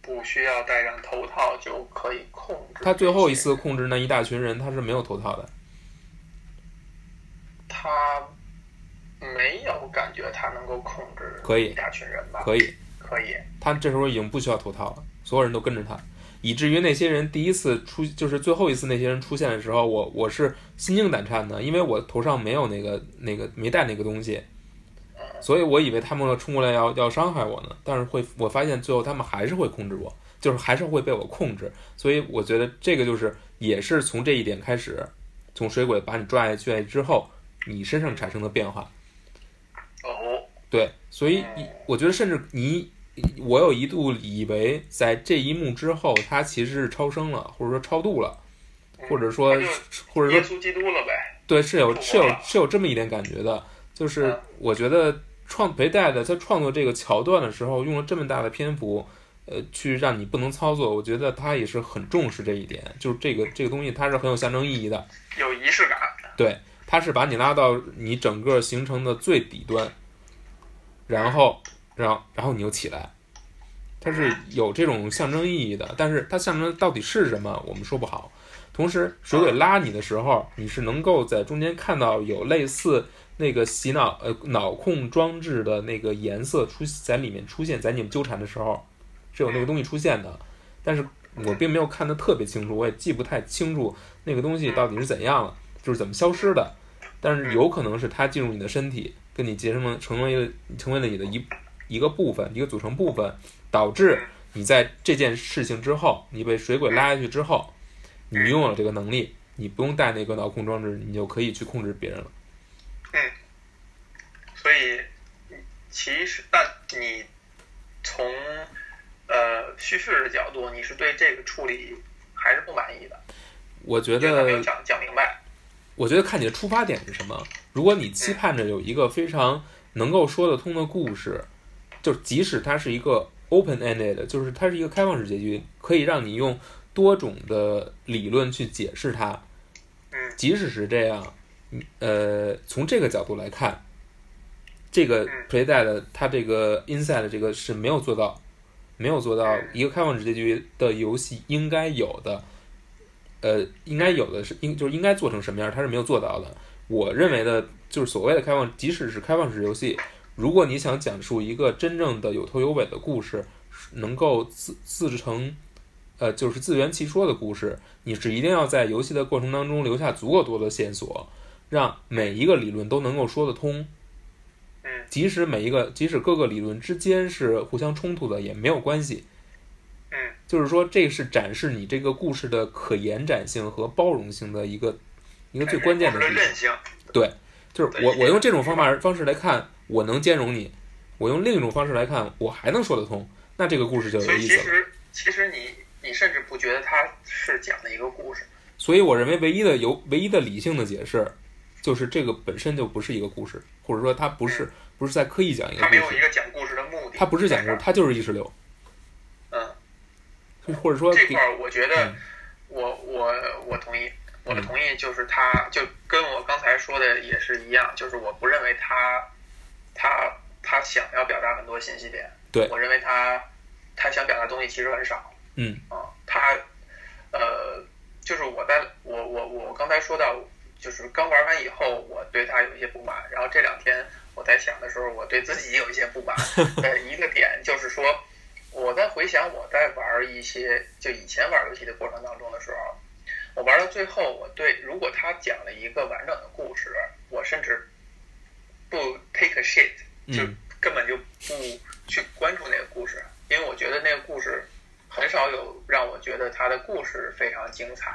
B: 不需要戴上头套就可以控制这些。
A: 他最后一次控制那一大群人，他是没有头套的。
B: 他没有感觉他能够控制
A: 可以
B: 一大群人吧？
A: 可以，
B: 可以，
A: 他这时候已经不需要头套了，所有人都跟着他，以至于那些人第一次出，就是最后一次那些人出现的时候，我我是心惊胆颤的，因为我头上没有那个那个没带那个东西，所以我以为他们冲过来要要伤害我呢，但是会我发现最后他们还是会控制我，就是还是会被我控制，所以我觉得这个就是也是从这一点开始，从水鬼把你抓下去之后，你身上产生的变化。
B: 哦，嗯
A: 对，所以一我觉得，甚至你，我有一度以为在这一幕之后，他其实是超生了，或者说超度了，
B: 嗯
A: 或者说
B: 那就，
A: 或者
B: 耶
A: 说，
B: 稣基督了呗？
A: 对，是有
B: 复活
A: 是有
B: 了
A: 是有这么一点感觉的。就是
B: 嗯
A: 我觉得创裴戴的他创作这个桥段的时候，用了这么大的篇幅，呃，去让你不能操作，我觉得他也是很重视这一点，就是这个这个东西它是很有象征意义的。
B: 有仪式感，
A: 对，它是把你拉到你整个行程的最底端，然后，然后，然后你又起来，它是有这种象征意义的。但是它象征到底是什么，我们说不好。同时，水鬼拉你的时候，你是能够在中间看到有类似那个洗脑呃脑控装置的那个颜色出在里面出现，在你们纠缠的时候是有那个东西出现的，但是我并没有看得特别清楚，我也记不太清楚那个东西到底是怎样了，就是怎么消失的。但是有可能是它进入你的身体，跟你结成了成为了成为了你的一一个部分，一个组成部分，导致你在这件事情之后，你被水鬼拉下去之后，你拥有了这个能力，你不用带那个脑控装置，你就可以去控制别人了。
B: 所以其实那你从呃叙事的角度，你是对这个处理还是不满意的？
A: 我觉
B: 因为他没有
A: 得，
B: 讲讲明白。
A: 我觉得看你的出发点是什么。如果你期盼着有一个非常能够说得通的故事，就是即使它是一个 open ended，就是它是一个开放式结局，可以让你用多种的理论去解释它。
B: 嗯
A: 即使是这样，你呃，从这个角度来看，这个
B: 嗯
A: play 带的它这个 inside 这个是没有做到，没有做到
B: 嗯
A: 一个开放式结局的游戏应该有的，呃，应该有的是应就是应该做成什么样，它是没有做到的。我认为的就是所谓的开放，即使是开放式游戏，如果你想讲述一个真正的有头有尾的故事，能够自自成，呃，就是自圆其说的故事，你是一定要在游戏的过程当中留下足够多的线索，让每一个理论都能够说得通。
B: 嗯
A: 即使每一个，即使各个理论之间是互相冲突的，也没有关系。
B: 嗯
A: 就是说，这是展示你这个故事的可延展性和包容性的一个一个最关键的
B: 故
A: 地
B: 事
A: 方
B: 的。韧性。
A: 就是我我用这种方法方式来看，我能兼容你；我用另一种方式来看，我还能说得通。那这个故事就
B: 所
A: 有
B: 以
A: 意思
B: 其
A: 了。
B: 实其实你你甚至不觉得它是讲的一个故事，
A: 所以我认为唯一的有唯一的理性的解释，就是这个本身就不是一个故事，或者说它不是不是在刻意讲一个
B: 嗯它
A: 故
B: 没有一
A: 事，
B: 个讲故事的目的。
A: 它不是讲故事，它就是意识流，
B: 嗯，
A: 或者说
B: 这
A: 比
B: 块儿我觉得
A: 嗯
B: 我我我同意，我的同意就是它就跟我刚才说的也是一样，就是我不认为他他他想要表达很多信息点，
A: 对
B: 我认为他他想表达东西其实很少。
A: 嗯
B: 啊，他呃，就是我在我我我刚才说到，就是刚玩完以后，我对他有一些不满，然后这两天我在想的时候，我对自己有一些不
A: *laughs*
B: 满的一个点就是说，我在回想我在玩一些就以前玩游戏的过程当中的时候，我玩到最后，我对如果他讲了一个完整的故事，我甚至不 take a shit，就
A: 嗯
B: 根本就不去关注那个故事，因为我觉得那个故事很少有让我觉得它的故事非常精彩，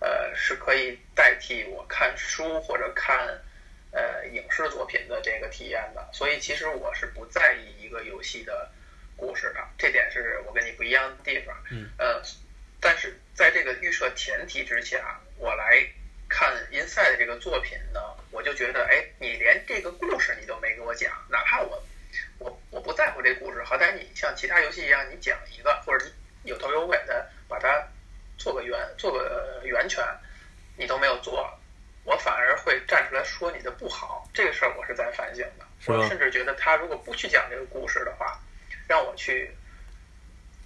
B: 呃，是可以代替我看书或者看呃影视作品的这个体验的。所以其实我是不在意一个游戏的故事的，这点是我跟你不一样的地方。
A: 嗯，
B: 呃，但是在这个预设前提之下，我来看 Inside 这个作品呢，我就觉得，哎，你连这个故事你都没给我讲，哪怕我我我不在乎这故事，好歹你像其他游戏一样，你讲一个，或者你有头有尾的把它做个圆做个圆圈，你都没有做，我反而会站出来说你的不好，这个事儿我是在反省的。
A: 是吗
B: 我甚至觉得他如果不去讲这个故事的话，让我去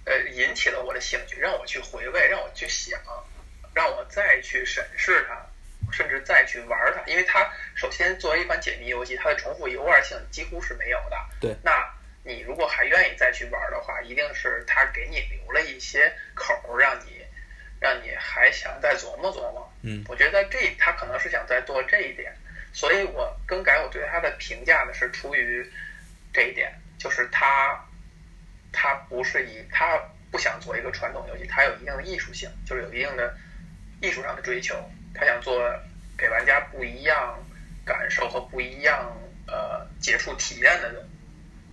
B: 呃呃，引起了我的兴趣，让我去回味，让我去想，让我再去审视它，甚至再去玩它。因为它首先作为一款解谜游戏，它的重复游玩性几乎是没有的。
A: 对，
B: 那你如果还愿意再去玩的话，一定是它给你留了一些口儿，让你让你还想再琢磨琢磨。
A: 嗯，
B: 我觉得这他可能是想再做这一点，所以我更改我对他的评价呢是出于这一点，就是他他不是以他不想做一个传统游戏，他有一定的艺术性，就是有一定的艺术上的追求，他想做给玩家不一样感受和不一样呃解数体验的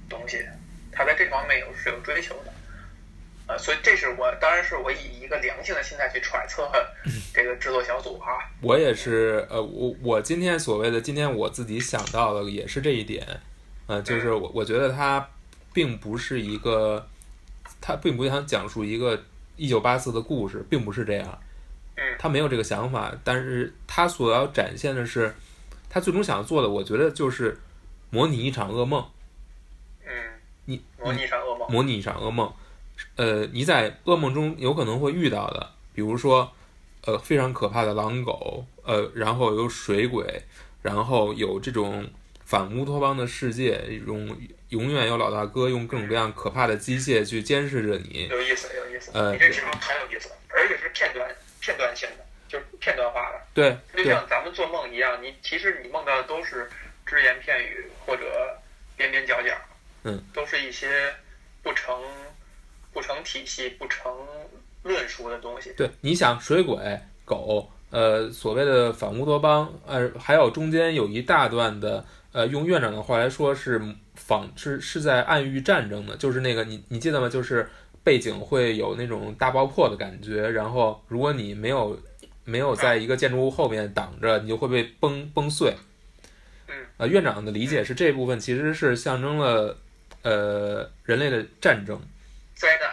B: 东西，他在这方面有是有追求的。呃，所以这是我，当然是我以一个良性的心态去揣测这个制作小组哈、
A: 我也是，呃，我我今天所谓的今天我自己想到的也是这一点，呃，就是我我觉得它并不是一个，它并不想讲述一个一九八四的故事，并不是这样，
B: 嗯
A: 他没有这个想法，但是他所要展现的是，他最终想做的，我觉得就是模拟一场噩梦，
B: 嗯，
A: 你
B: 模拟一场噩梦，
A: 模拟一场噩梦，呃，你在噩梦中有可能会遇到的，比如说，呃，非常可怕的狼狗，呃，然后有水鬼，然后有这种反乌托邦的世界，一种永远有老大哥用各种各样可怕的机械去监视着你，
B: 有意思，有意思。
A: 呃
B: 你这提出很有意思，而且是片段片段性的，就是片段化的，
A: 对
B: 就
A: 对
B: 像咱们做梦一样，你其实你梦到的都是只言片语或者边边角角，
A: 嗯，
B: 都是一些不成不成体系、不成论述的东西。
A: 对，你想水鬼、狗，呃，所谓的反乌托邦，呃，还有中间有一大段的，呃，用院长的话来说是仿是是在暗喻战争的，就是那个你你记得吗？就是背景会有那种大爆破的感觉，然后如果你没有没有在一个建筑物后面挡着，你就会被崩崩碎。
B: 嗯，
A: 呃，院长的理解是这部分其实是象征了，呃，人类的战争。
B: 灾难，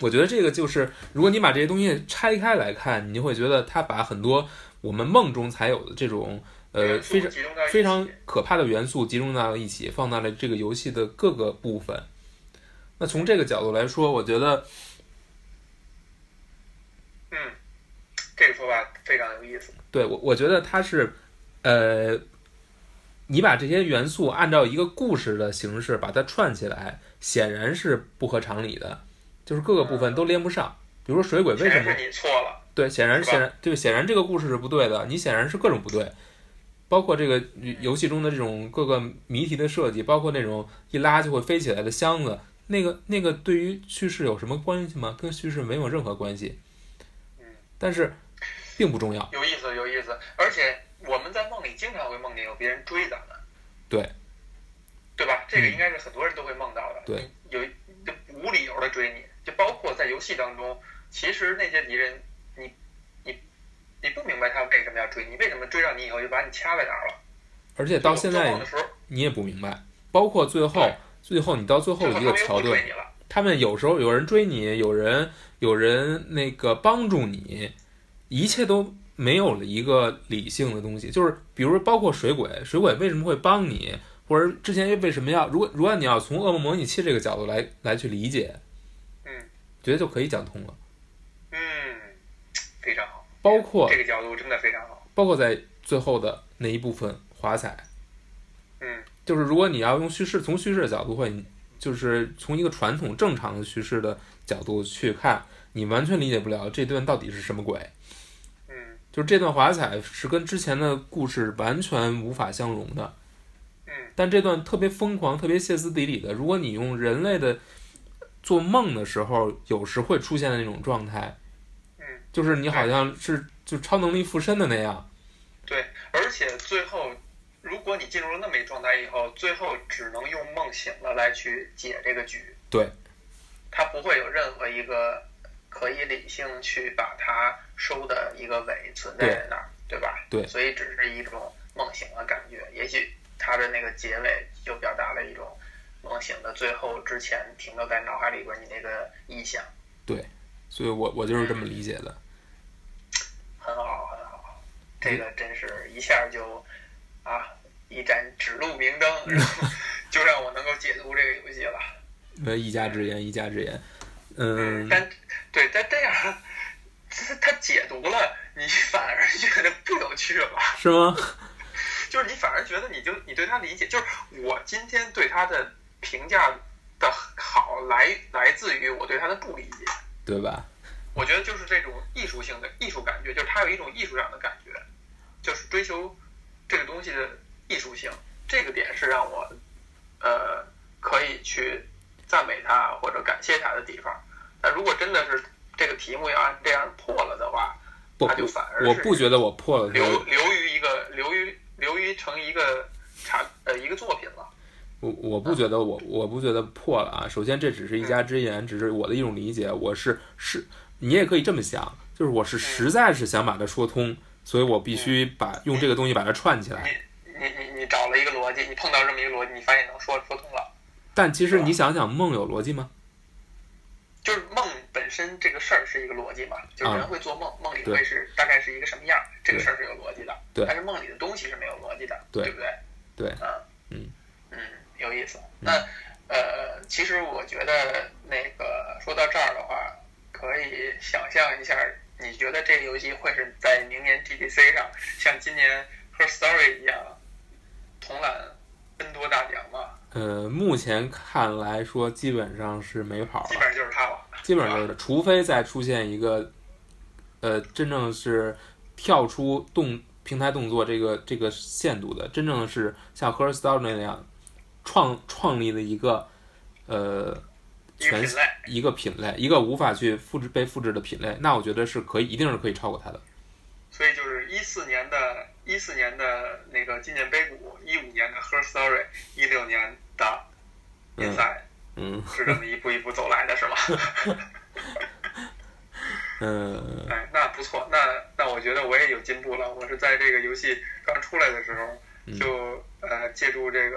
A: 我觉得这个就是，如果你把这些东西拆开来看，你就会觉得他把很多我们梦中才有的这种呃
B: 元素
A: 非常
B: 集中到一起
A: 非常可怕的元素集中到一起，放到了这个游戏的各个部分。那从这个角度来说，我觉得
B: 嗯，这个说法非常有意思。
A: 对我，我觉得它是，呃，你把这些元素按照一个故事的形式把它串起来，显然是不合常理的，就是各个部分都连不上。比如说水鬼呃为
B: 显
A: 什
B: 然
A: 么
B: 是你错了。
A: 对，显然
B: 是吧
A: 显然对，显然这个故事是不对的，你显然是各种不对，包括这个
B: 嗯
A: 游游戏中的这种各个谜题的设计，包括那种一拉就会飞起来的箱子，那个那个对于叙事有什么关系吗？跟叙事没有任何关系
B: 嗯，
A: 但是并不重要。
B: 有意思，有意思。而且我们在梦里经常会梦见有别人追咱们，
A: 对，嗯
B: 对吧？这个应该是很多人都会梦到的。
A: 对
B: 有一就无理由的追你，就包括在游戏当中，其实那些敌人，你你你不明白他为什么要追你，为什么追上你以后就把你掐在哪儿了？
A: 而且到
B: 就
A: 现
B: 做
A: 在
B: 梦的时候，
A: 你也不明白，包括最后
B: 对
A: 最后你到最后
B: 最后
A: 一个
B: 他们又
A: 桥
B: 不
A: 段
B: 追，你了。
A: 他们有时候有人追你，有人有人那个帮助你，一切都没有了一个理性的东西。就是比如包括水鬼，水鬼为什么会帮你，或者之前为什么要？如果如果你要从《噩梦模拟器》这个角度来来去理解，
B: 嗯
A: 觉得就可以讲通了。
B: 嗯，非常好，
A: 包括
B: 这个角度真的非常好。
A: 包括在最后的那一部分华彩，
B: 嗯
A: 就是如果你要用叙事，从叙事的角度会，就是从一个传统正常的叙事的角度去看，你完全理解不了这段到底是什么鬼。
B: 嗯
A: 就是这段华彩是跟之前的故事完全无法相容的，
B: 嗯
A: 但这段特别疯狂、特别歇斯底里的，如果你用人类的做梦的时候，有时会出现的那种状态，
B: 嗯。
A: 就是你好像是就超能力附身的那样，
B: 对，而且最后，如果你进入了那么一状态以后，最后只能用梦醒了来去解这个局。
A: 对，
B: 它不会有任何一个可以理性去把它收的一个尾存在在那儿，对吧？
A: 对
B: 所以只是一种梦醒的感觉。也许它的那个结尾就表达了一种梦醒的最后之前停留在脑海里边你那个意象，
A: 所以我我就是
B: 嗯
A: 这么理解的。
B: 很好，很好，这个真是一下就啊，一盏指路明灯，然后就让我能够解读这个游戏了。
A: 呃，一家之言，一家之言。嗯，
B: 但对，但这样，他他解读了，你反而觉得不有趣了，
A: 是吗？
B: 就是你反而觉得你就你对他理解，就是我今天对他的评价的好来来自于我对他的不理解。
A: 对吧？
B: 我觉得就是这种艺术性的艺术感觉，就是它有一种艺术上的感觉，就是追求这个东西的艺术性。这个点是让我呃可以去赞美他或者感谢他的地方。但如果真的是这个题目要按这样破了的话，
A: 不
B: 他就反而，是
A: 我不觉得我破了它
B: 流流于一个流于流于成一个产呃一个作品了。
A: 我我不觉得我我不觉得破了啊。首先，这只是一家之言，只是我的一种理解。我是是，你也可以这么想，就是我是实在是想把它说通，所以我必须把用这个东西把它串起来。
B: 你你你找了一个逻辑，你碰到这么一个逻辑，你发现能说说通了。
A: 但其实你想想，梦有逻辑吗？
B: 就是梦本身这个事儿是一个逻辑嘛，就是人会做梦，梦里
A: 啊对
B: 会是大概是一个什么样儿，这个
A: 对
B: 事儿是有逻辑的。
A: 对
B: 但是梦里的东西是没有逻辑的，
A: 对
B: 不对？
A: 对
B: 嗯
A: 嗯
B: 嗯，有意思。那呃，其实我觉得那个说到这儿的话，可以想象一下，你觉得这个游戏会是在明年 GDC 上像今年 Her Story 一样同揽奔多大奖吗？
A: 呃，目前看来说，基本上是没跑
B: 基
A: 了
B: 本，上就是它了。
A: 基本上就是，除非再出现一个，呃，真正是跳出动平台动作这个这个限度的，真正是像 Her Story 那样创创立了一个呃
B: 一个
A: 全
B: 品类。
A: 一个品类，一个无法去复制被复制的品类，那我觉得是可以，一定是可以超过它的。
B: 所以就是一四年的，一四年的那个纪念碑谷，一五年的 Her Story，一六年的
A: 嗯
B: Inside，、
A: 嗯
B: 是这么一步一步走来的，是
A: *laughs*
B: 吗？
A: 嗯，
B: 哎，那不错，那那我觉得我也有进步了。我是在这个游戏刚出来的时
A: 嗯
B: 候，就呃借助这个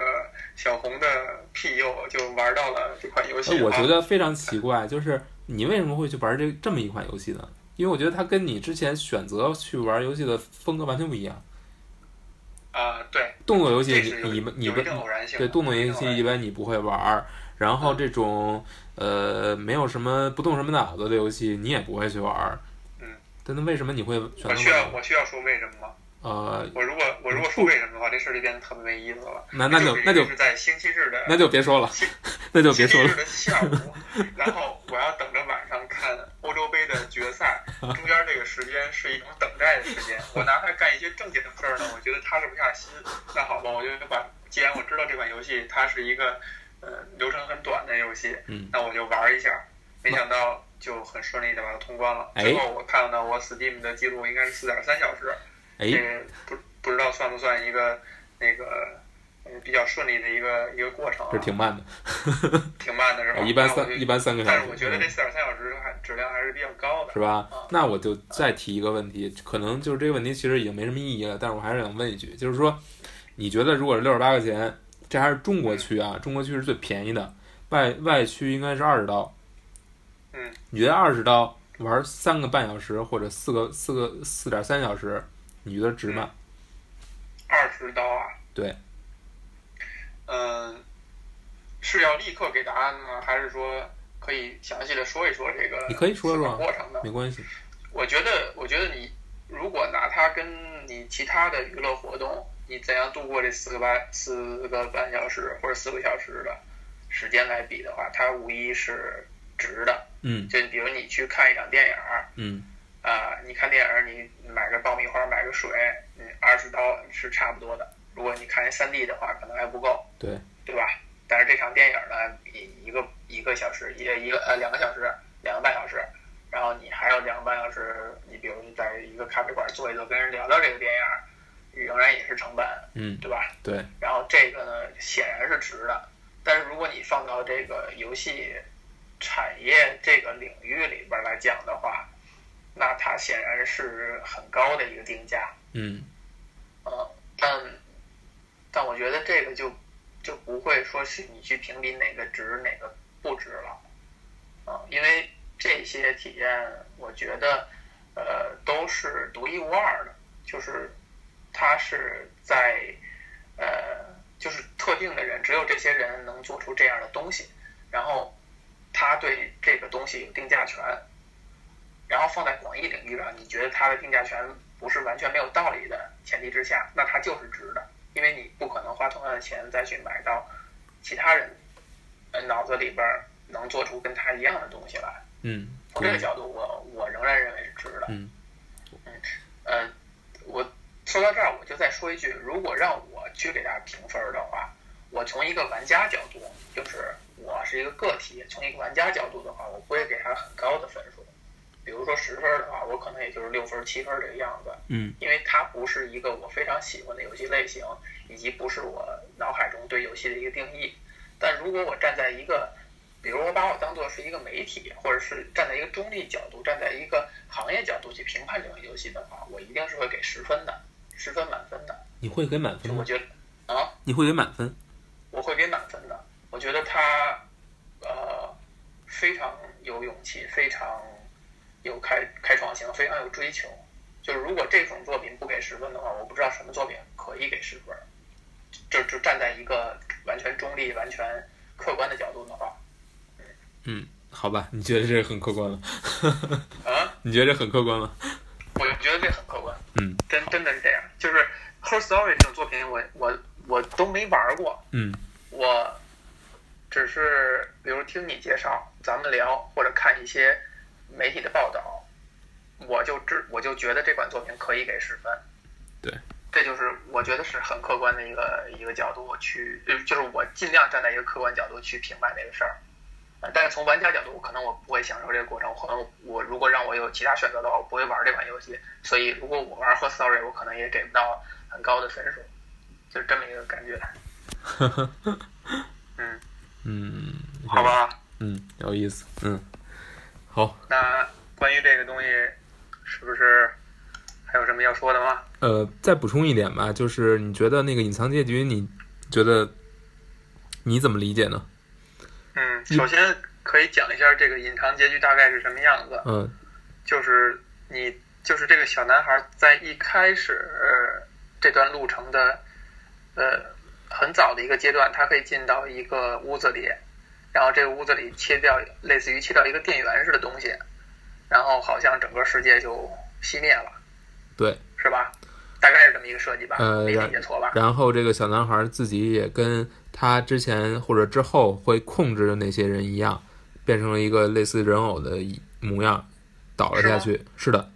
B: 小红的庇佑，就玩到了这款游戏
A: 呃。我
B: 啊
A: 觉得非常奇怪，就是你为什么会去玩这这么一款游戏呢？因为我觉得它跟你之前选择去玩游戏的风格完全不一样。
B: 啊、对，
A: 动作游戏
B: 这是有
A: 你你们你
B: 有一
A: 们
B: 定偶然性的。
A: 对动作游
B: 有一定偶
A: 戏
B: 然
A: 一
B: 性
A: 般你不会玩儿，然后这种呃没有什么不动什么脑子的游戏你也不会去玩儿。
B: 嗯，
A: 但那为什么你会选
B: 我
A: 择
B: 需要
A: 玩？
B: 我需要说为什么吗？
A: 呃，
B: 我如果我如果说为什么的话，这事儿就变得特别没意思了。
A: 那那就
B: 就是
A: 那就
B: 一定是在星期日的
A: 那就别说了，那就别说了
B: 星期。日的下午，然后我要等着晚上看欧洲杯的决赛，中间这个时间是一种等待的时间。我拿它干一些正经的事儿呢，我觉得踏实不下心。那好吧，我就把既然我知道这款游戏它是一个呃流程很短的游戏，
A: 嗯
B: 那我就玩一下。没想到就很顺利的把它通关了。
A: 哎
B: 最后我看到我 Steam 的记录应该是四点三小时，
A: 哎
B: 这，个不不知道算不算一个那个。呃比较顺利的一个一个过程、啊，
A: 这挺慢的。
B: 挺慢的是吧？
A: 一般
B: 但我就
A: 三一般三个小
B: 但
A: 时，
B: 是我觉得这四点三小时还质量还是比较高的
A: 是。吧
B: 啊？
A: 那我就再提一个问题，可能就是这个问题其实已经没什么意义了，但是我还是想问一句，就是说，你觉得如果是六十八块钱，这还是中国区啊？中国区是最便宜的，外外区应该是二十刀。
B: 嗯，
A: 你觉得二十刀玩三个半小时或者四个四个四点三小时，你觉得值吗？
B: 二十刀啊？
A: 对。
B: 嗯，是要立刻给答案呢，还是说可以详细的说一说这个？
A: 你可以说说啊
B: 过程呢？
A: 没关系，
B: 我觉得，我觉得你如果拿它跟你其他的娱乐活动，你怎样度过这四个半四个半小时或者四个小时的时间来比的话，它无疑是值的。
A: 嗯
B: 就比如你去看一场电影儿，
A: 嗯
B: 啊、你看电影儿，你买个爆米花，买个水，嗯，二十刀是差不多的。如果你看三 D 的话，可能还不够，
A: 对，
B: 对吧？但是这场电影儿呢，一一个一个小时，一一个呃两个小时，两个半小时，然后你还有两个半小时，你比如你在一个咖啡馆坐一坐，跟人聊聊这个电影儿，仍然也是成本，
A: 嗯
B: 对吧？
A: 对，
B: 然后这个呢显然是值的，但是如果你放到这个游戏产业这个领域里边来讲的话，那它显然是很高的一个定价，
A: 嗯
B: 嗯，但但我觉得这个就就不会说是你去评比哪个值哪个不值了，啊、因为这些体验我觉得呃都是独一无二的，就是它是在呃就是特定的人，只有这些人能做出这样的东西，然后他对这个东西有定价权，然后放在广义领域上，你觉得它的定价权不是完全没有道理的前提之下，那它就是值的，因为你不可能花同样的钱再去买到其他人呃脑子里边儿能做出跟他一样的东西来。
A: 嗯，
B: 从这个角度我，我仍然认为是值的。
A: 嗯
B: 嗯呃，我说到这儿，我就再说一句，如果让我去给他评分儿的话，我从一个玩家角度，就是我是一个个体，从一个玩家角度的话，我不会给他很高的分数。比如说十分儿的话，我可能也就是六分儿、七分儿这个样子，
A: 嗯
B: 因为它不是一个我非常喜欢的游戏类型，以及不是我脑海中对游戏的一个定义。但如果我站在一个，比如我把我当做是一个媒体，或者是站在一个中立角度，站在一个行业角度去评判这款游戏的话，我一定是会给十分的，十分满分的。
A: 你会给满
B: 就
A: 分
B: 我
A: 吗？
B: 觉得，啊，
A: 你会给满分？
B: 我会给满分的。我觉得他，呃，非常有勇气，非常有开开创性，非常有追求。就是如果这种作品不给十分的话，我不知道什么作品可以给十分。就就站在一个完全中立、完全客观的角度的话，
A: 嗯，好吧，你觉得这很客观了？
B: 啊，
A: 你觉得这很客观吗？
B: 我觉得这很客观。
A: 嗯
B: 真真的是这样，就是 Her Story 这种作品我，我我都没玩过，
A: 嗯
B: 我只是比如听你介绍，咱们聊或者看一些媒体的报道，我就知我就觉得这款作品可以给十分。
A: 对，
B: 这就是我觉得是很客观的一个一个角度去，呃就是我尽量站在一个客观角度去评判这个事儿。呃但是从玩家角度，我可能我不会享受这个过程，可能我我如果让我有其他选择的话，我不会玩这款游戏。所以如果我玩《和 Story》，我可能也给不到很高的分数，就是这么一个感觉。 *laughs* 嗯，
A: 嗯，
B: 好吧。
A: 嗯，有意思，嗯，好，
B: 那关于这个东西，是不是还有什么要说的吗？
A: 呃，再补充一点吧，就是你觉得那个隐藏结局，你觉得你怎么理解呢？
B: 嗯，首先可以讲一下这个隐藏结局大概是什么样子。
A: 嗯
B: 就是你，就是这个小男孩在一开始、呃这段路程的，呃，很早的一个阶段，他可以进到一个屋子里，然后这个屋子里切掉类似于切掉一个电源似的东西，然后好像整个世界就熄灭了，
A: 对，
B: 是吧？大概是这么一个设计吧，
A: 呃
B: 没
A: 然
B: 理解错吧？
A: 然后这个小男孩自己也跟他之前或者之后会控制的那些人一样，变成了一个类似人偶的一模样，倒了下去。是的，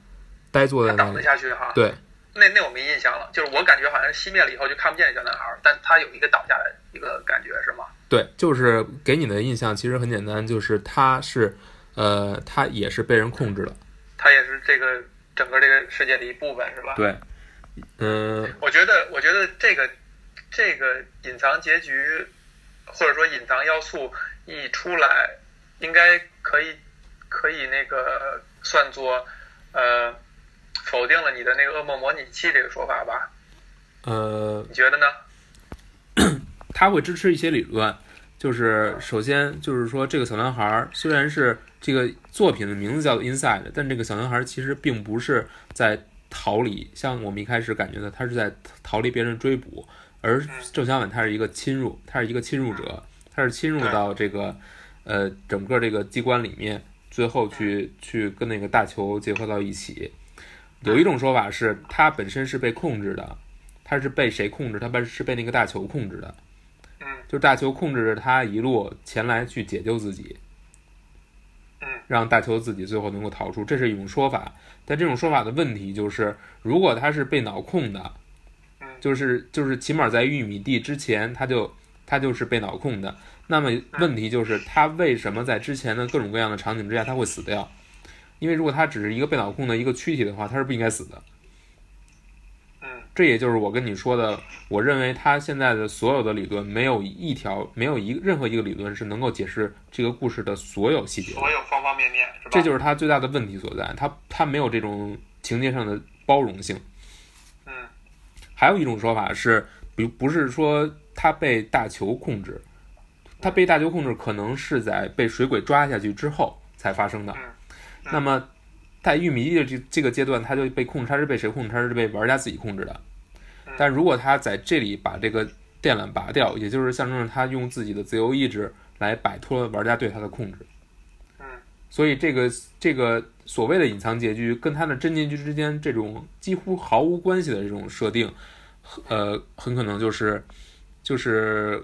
A: 呆坐在
B: 他
A: 那
B: 倒了
A: 里。
B: 下去哈。
A: 对，
B: 那那我没印象了，就是我感觉好像熄灭了以后就看不见这小男孩儿，但他有一个倒下来的一个感觉是吗？
A: 对，就是给你的印象其实很简单，就是他是，呃，他也是被人控制的。
B: 他也是这个整个这个世界的一部分是吧？
A: 对，嗯、
B: 我觉得我觉得这个这个隐藏结局或者说隐藏要素一出来，应该可以可以那个算作呃否定了你的那个噩梦模拟器这个说法吧？
A: 呃，
B: 你觉得呢？
A: 他会支持一些理论，就是首先就是说，这个小男孩儿虽然是这个作品的名字叫做《Inside》，但这个小男孩儿其实并不是在逃离，像我们一开始感觉到他是在逃离别人追捕，而正相反，他是一个侵入，他是一个侵入者，他是侵入到这个呃整个这个机关里面，最后去去跟那个大球结合到一起。有一种说法是，他本身是被控制的，他是被谁控制？他被是被那个大球控制的。
B: 嗯
A: 就是大球控制着他一路前来去解救自己，
B: 嗯
A: 让大球自己最后能够逃出，这是一种说法。但这种说法的问题就是，如果他是被脑控的，
B: 嗯
A: 就是就是起码在玉米地之前，他就他就是被脑控的。那
B: 嗯
A: 么问题就是，他为什么在之前的各种各样的场景之下他会死掉？因为如果他只是一个被脑控的一个躯体的话，他是不应该死的。
B: 嗯
A: 这也就是我跟你说的，我认为他现在的所有的理论，没有一条，没有一任何一个理论是能够解释这个故事的所有细节的。
B: 所有方方面面是吧？
A: 这就是他最大的问题所在，他他没有这种情节上的包容性。
B: 嗯
A: 还有一种说法是，不不是说他被大球控制，他被大球控制可能是在被水鬼抓下去之后才发生的
B: 嗯。嗯
A: 那么在玉米地的这这个阶段，他就被控制，他是被谁控制？他是被玩家自己控制的
B: 嗯。
A: 但如果他在这里把这个电缆拔掉，也就是象征着他用自己的自由意志来摆脱玩家对它的控制。
B: 嗯，
A: 所以这个这个所谓的隐藏结局跟它的真结局之间这种几乎毫无关系的这种设定，呃，很可能就是就是，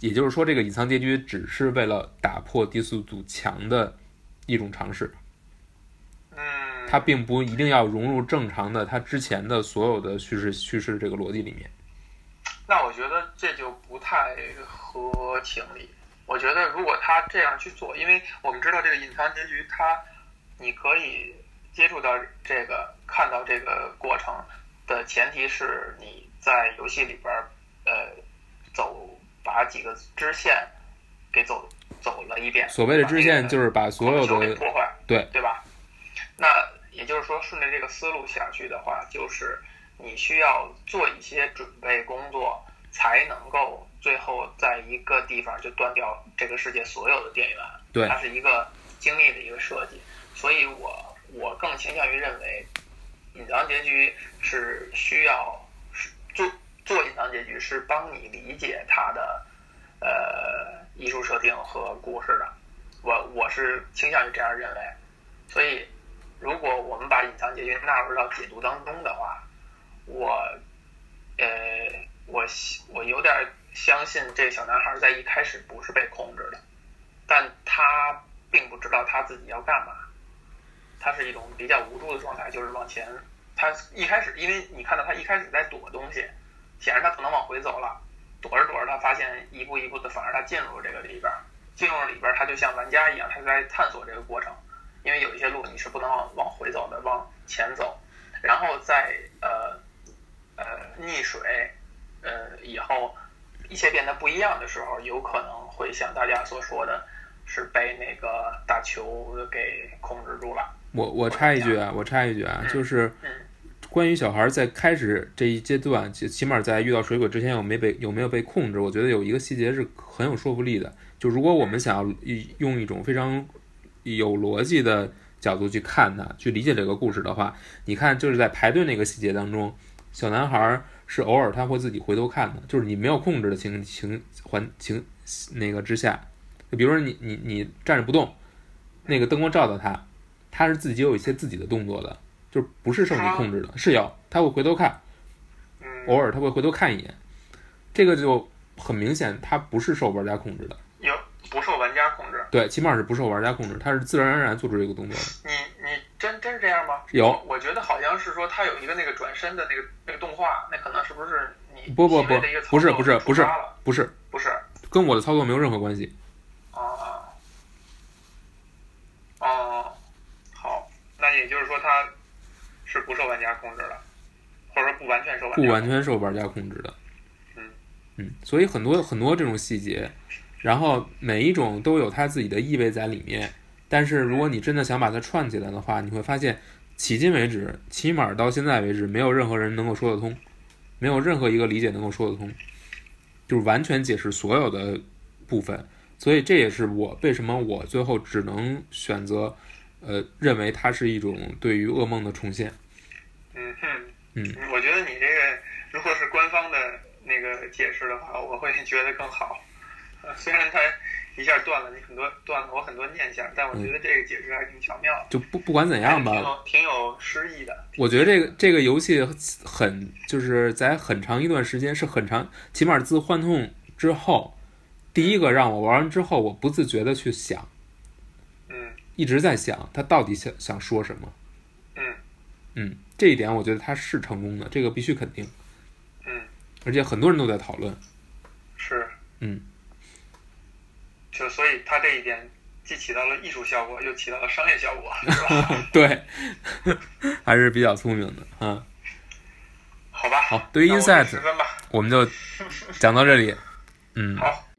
A: 也就是说，这个隐藏结局只是为了打破低速组强的一种尝试，
B: 嗯，
A: 它并不一定要融入正常的它之前的所有的叙事叙事这个逻辑里面。
B: 那我觉得这就不太合情理。我觉得如果他这样去做，因为我们知道这个隐藏结局，它你可以接触到这个、看到这个过程的前提是你在游戏里边儿，呃，走把几个支线给走走了一遍。
A: 所谓的支线就是是把所有
B: 给
A: 的
B: 破坏。
A: 对
B: 对吧？那也就是说，顺着这个思路下去的话，就是你需要做一些准备工作，才能够最后在一个地方就断掉这个世界所有的电源。
A: 对
B: 它是一个精密的一个设计，所以我我更倾向于认为，隐藏结局是需要是做做隐藏结局是帮你理解它的呃艺术设定和故事的。我我是倾向于这样认为，所以如果我们把隐藏结局纳入到解读当中的话，我呃我希我有点相信这个小男孩在一开始不是被控制的，但他并不知道他自己要干嘛，他是一种比较无助的状态，就是往前。他一开始，因为你看到他一开始在躲东西，显然他不能往回走了。躲着躲着，他发现一步一步的，反而他进入这个里边儿，进入里边儿，他就像玩家一样，他在探索这个过程。因为有一些路你是不能往往回走的，往前走，然后在呃呃溺水呃以后，一切变得不一样的时候，有可能会像大家所说的，是被那个大球给控制住了。
A: 我我插一句啊，我插一句啊，
B: 嗯
A: 就是
B: 嗯
A: 关于小孩在开始这一阶段，起起码在遇到水鬼之前有没被有没有被控制，我觉得有一个细节是很有说服力的。就如果我们想要一用一种非常有逻辑的角度去看它，去理解这个故事的话，你看就是在排队那个细节当中，小男孩是偶尔他会自己回头看的，就是你没有控制的情情环情那个之下，就比如说你你你站着不动，那个灯光照到他，他是自己有一些自己的动作的，就是不是受你控制的，是有他会回头看，
B: 嗯，
A: 偶尔他会回头看一眼，这个就很明显他不是受玩家控制的，
B: 有不受玩家控制。
A: 对，起码是不受玩家控制，他是自然而然做出这个动作的。
B: 你你真真是这样吗？
A: 有
B: 我，我觉得好像是说他有一个那个转身的那个那个动画，那可能是不是你
A: 不不
B: 细微的一个
A: 不不是
B: 操作
A: 不是不是
B: 触发了
A: 不是，
B: 不是
A: 跟我的操作没有任何关系。
B: 啊啊，好，那也就是说他是不受玩家控制的，或者说不完全受玩
A: 不
B: 家控制
A: 完全受玩家控制的。
B: 嗯
A: 嗯，所以很多很多这种细节，然后每一种都有它自己的意味在里面。但是如果你真的想把它串起来的话，你会发现，迄今为止，起码到现在为止，没有任何人能够说得通，没有任何一个理解能够说得通，就是完全解释所有的部分。所以这也是我为什么我最后只能选择，呃，认为它是一种对于噩梦的重现。
B: 嗯哼，
A: 嗯
B: 我觉得你这个如果是官方的那个解释的话，我会觉得更好。呃，虽然它一下断了你很多，断了我很多念想，但我觉得这个解释还挺巧妙的，
A: 就不不管怎
B: 还
A: 嗯样
B: 是挺
A: 吧，
B: 有挺有诗意的。
A: 我觉得这个这个游戏很就是在很长一段时间是很长，起码自幻痛之后，第一个让我玩完之后，我不自觉的去想，
B: 嗯
A: 一直在想他到底想想说什么。
B: 嗯
A: 嗯，这一点我觉得他是成功的，这个必须肯定，
B: 嗯，
A: 而且很多人都在讨论。 *laughs*
B: 是，
A: 嗯，
B: 就所以它这一点既起到了艺术效果，又起到了商业效果，是
A: *laughs*
B: 吧？
A: 对，还是比较聪明的啊。
B: 好吧，
A: 好对于
B: 那我给
A: Inside
B: 十分吧。
A: 我们就讲到这里。嗯，
B: 好，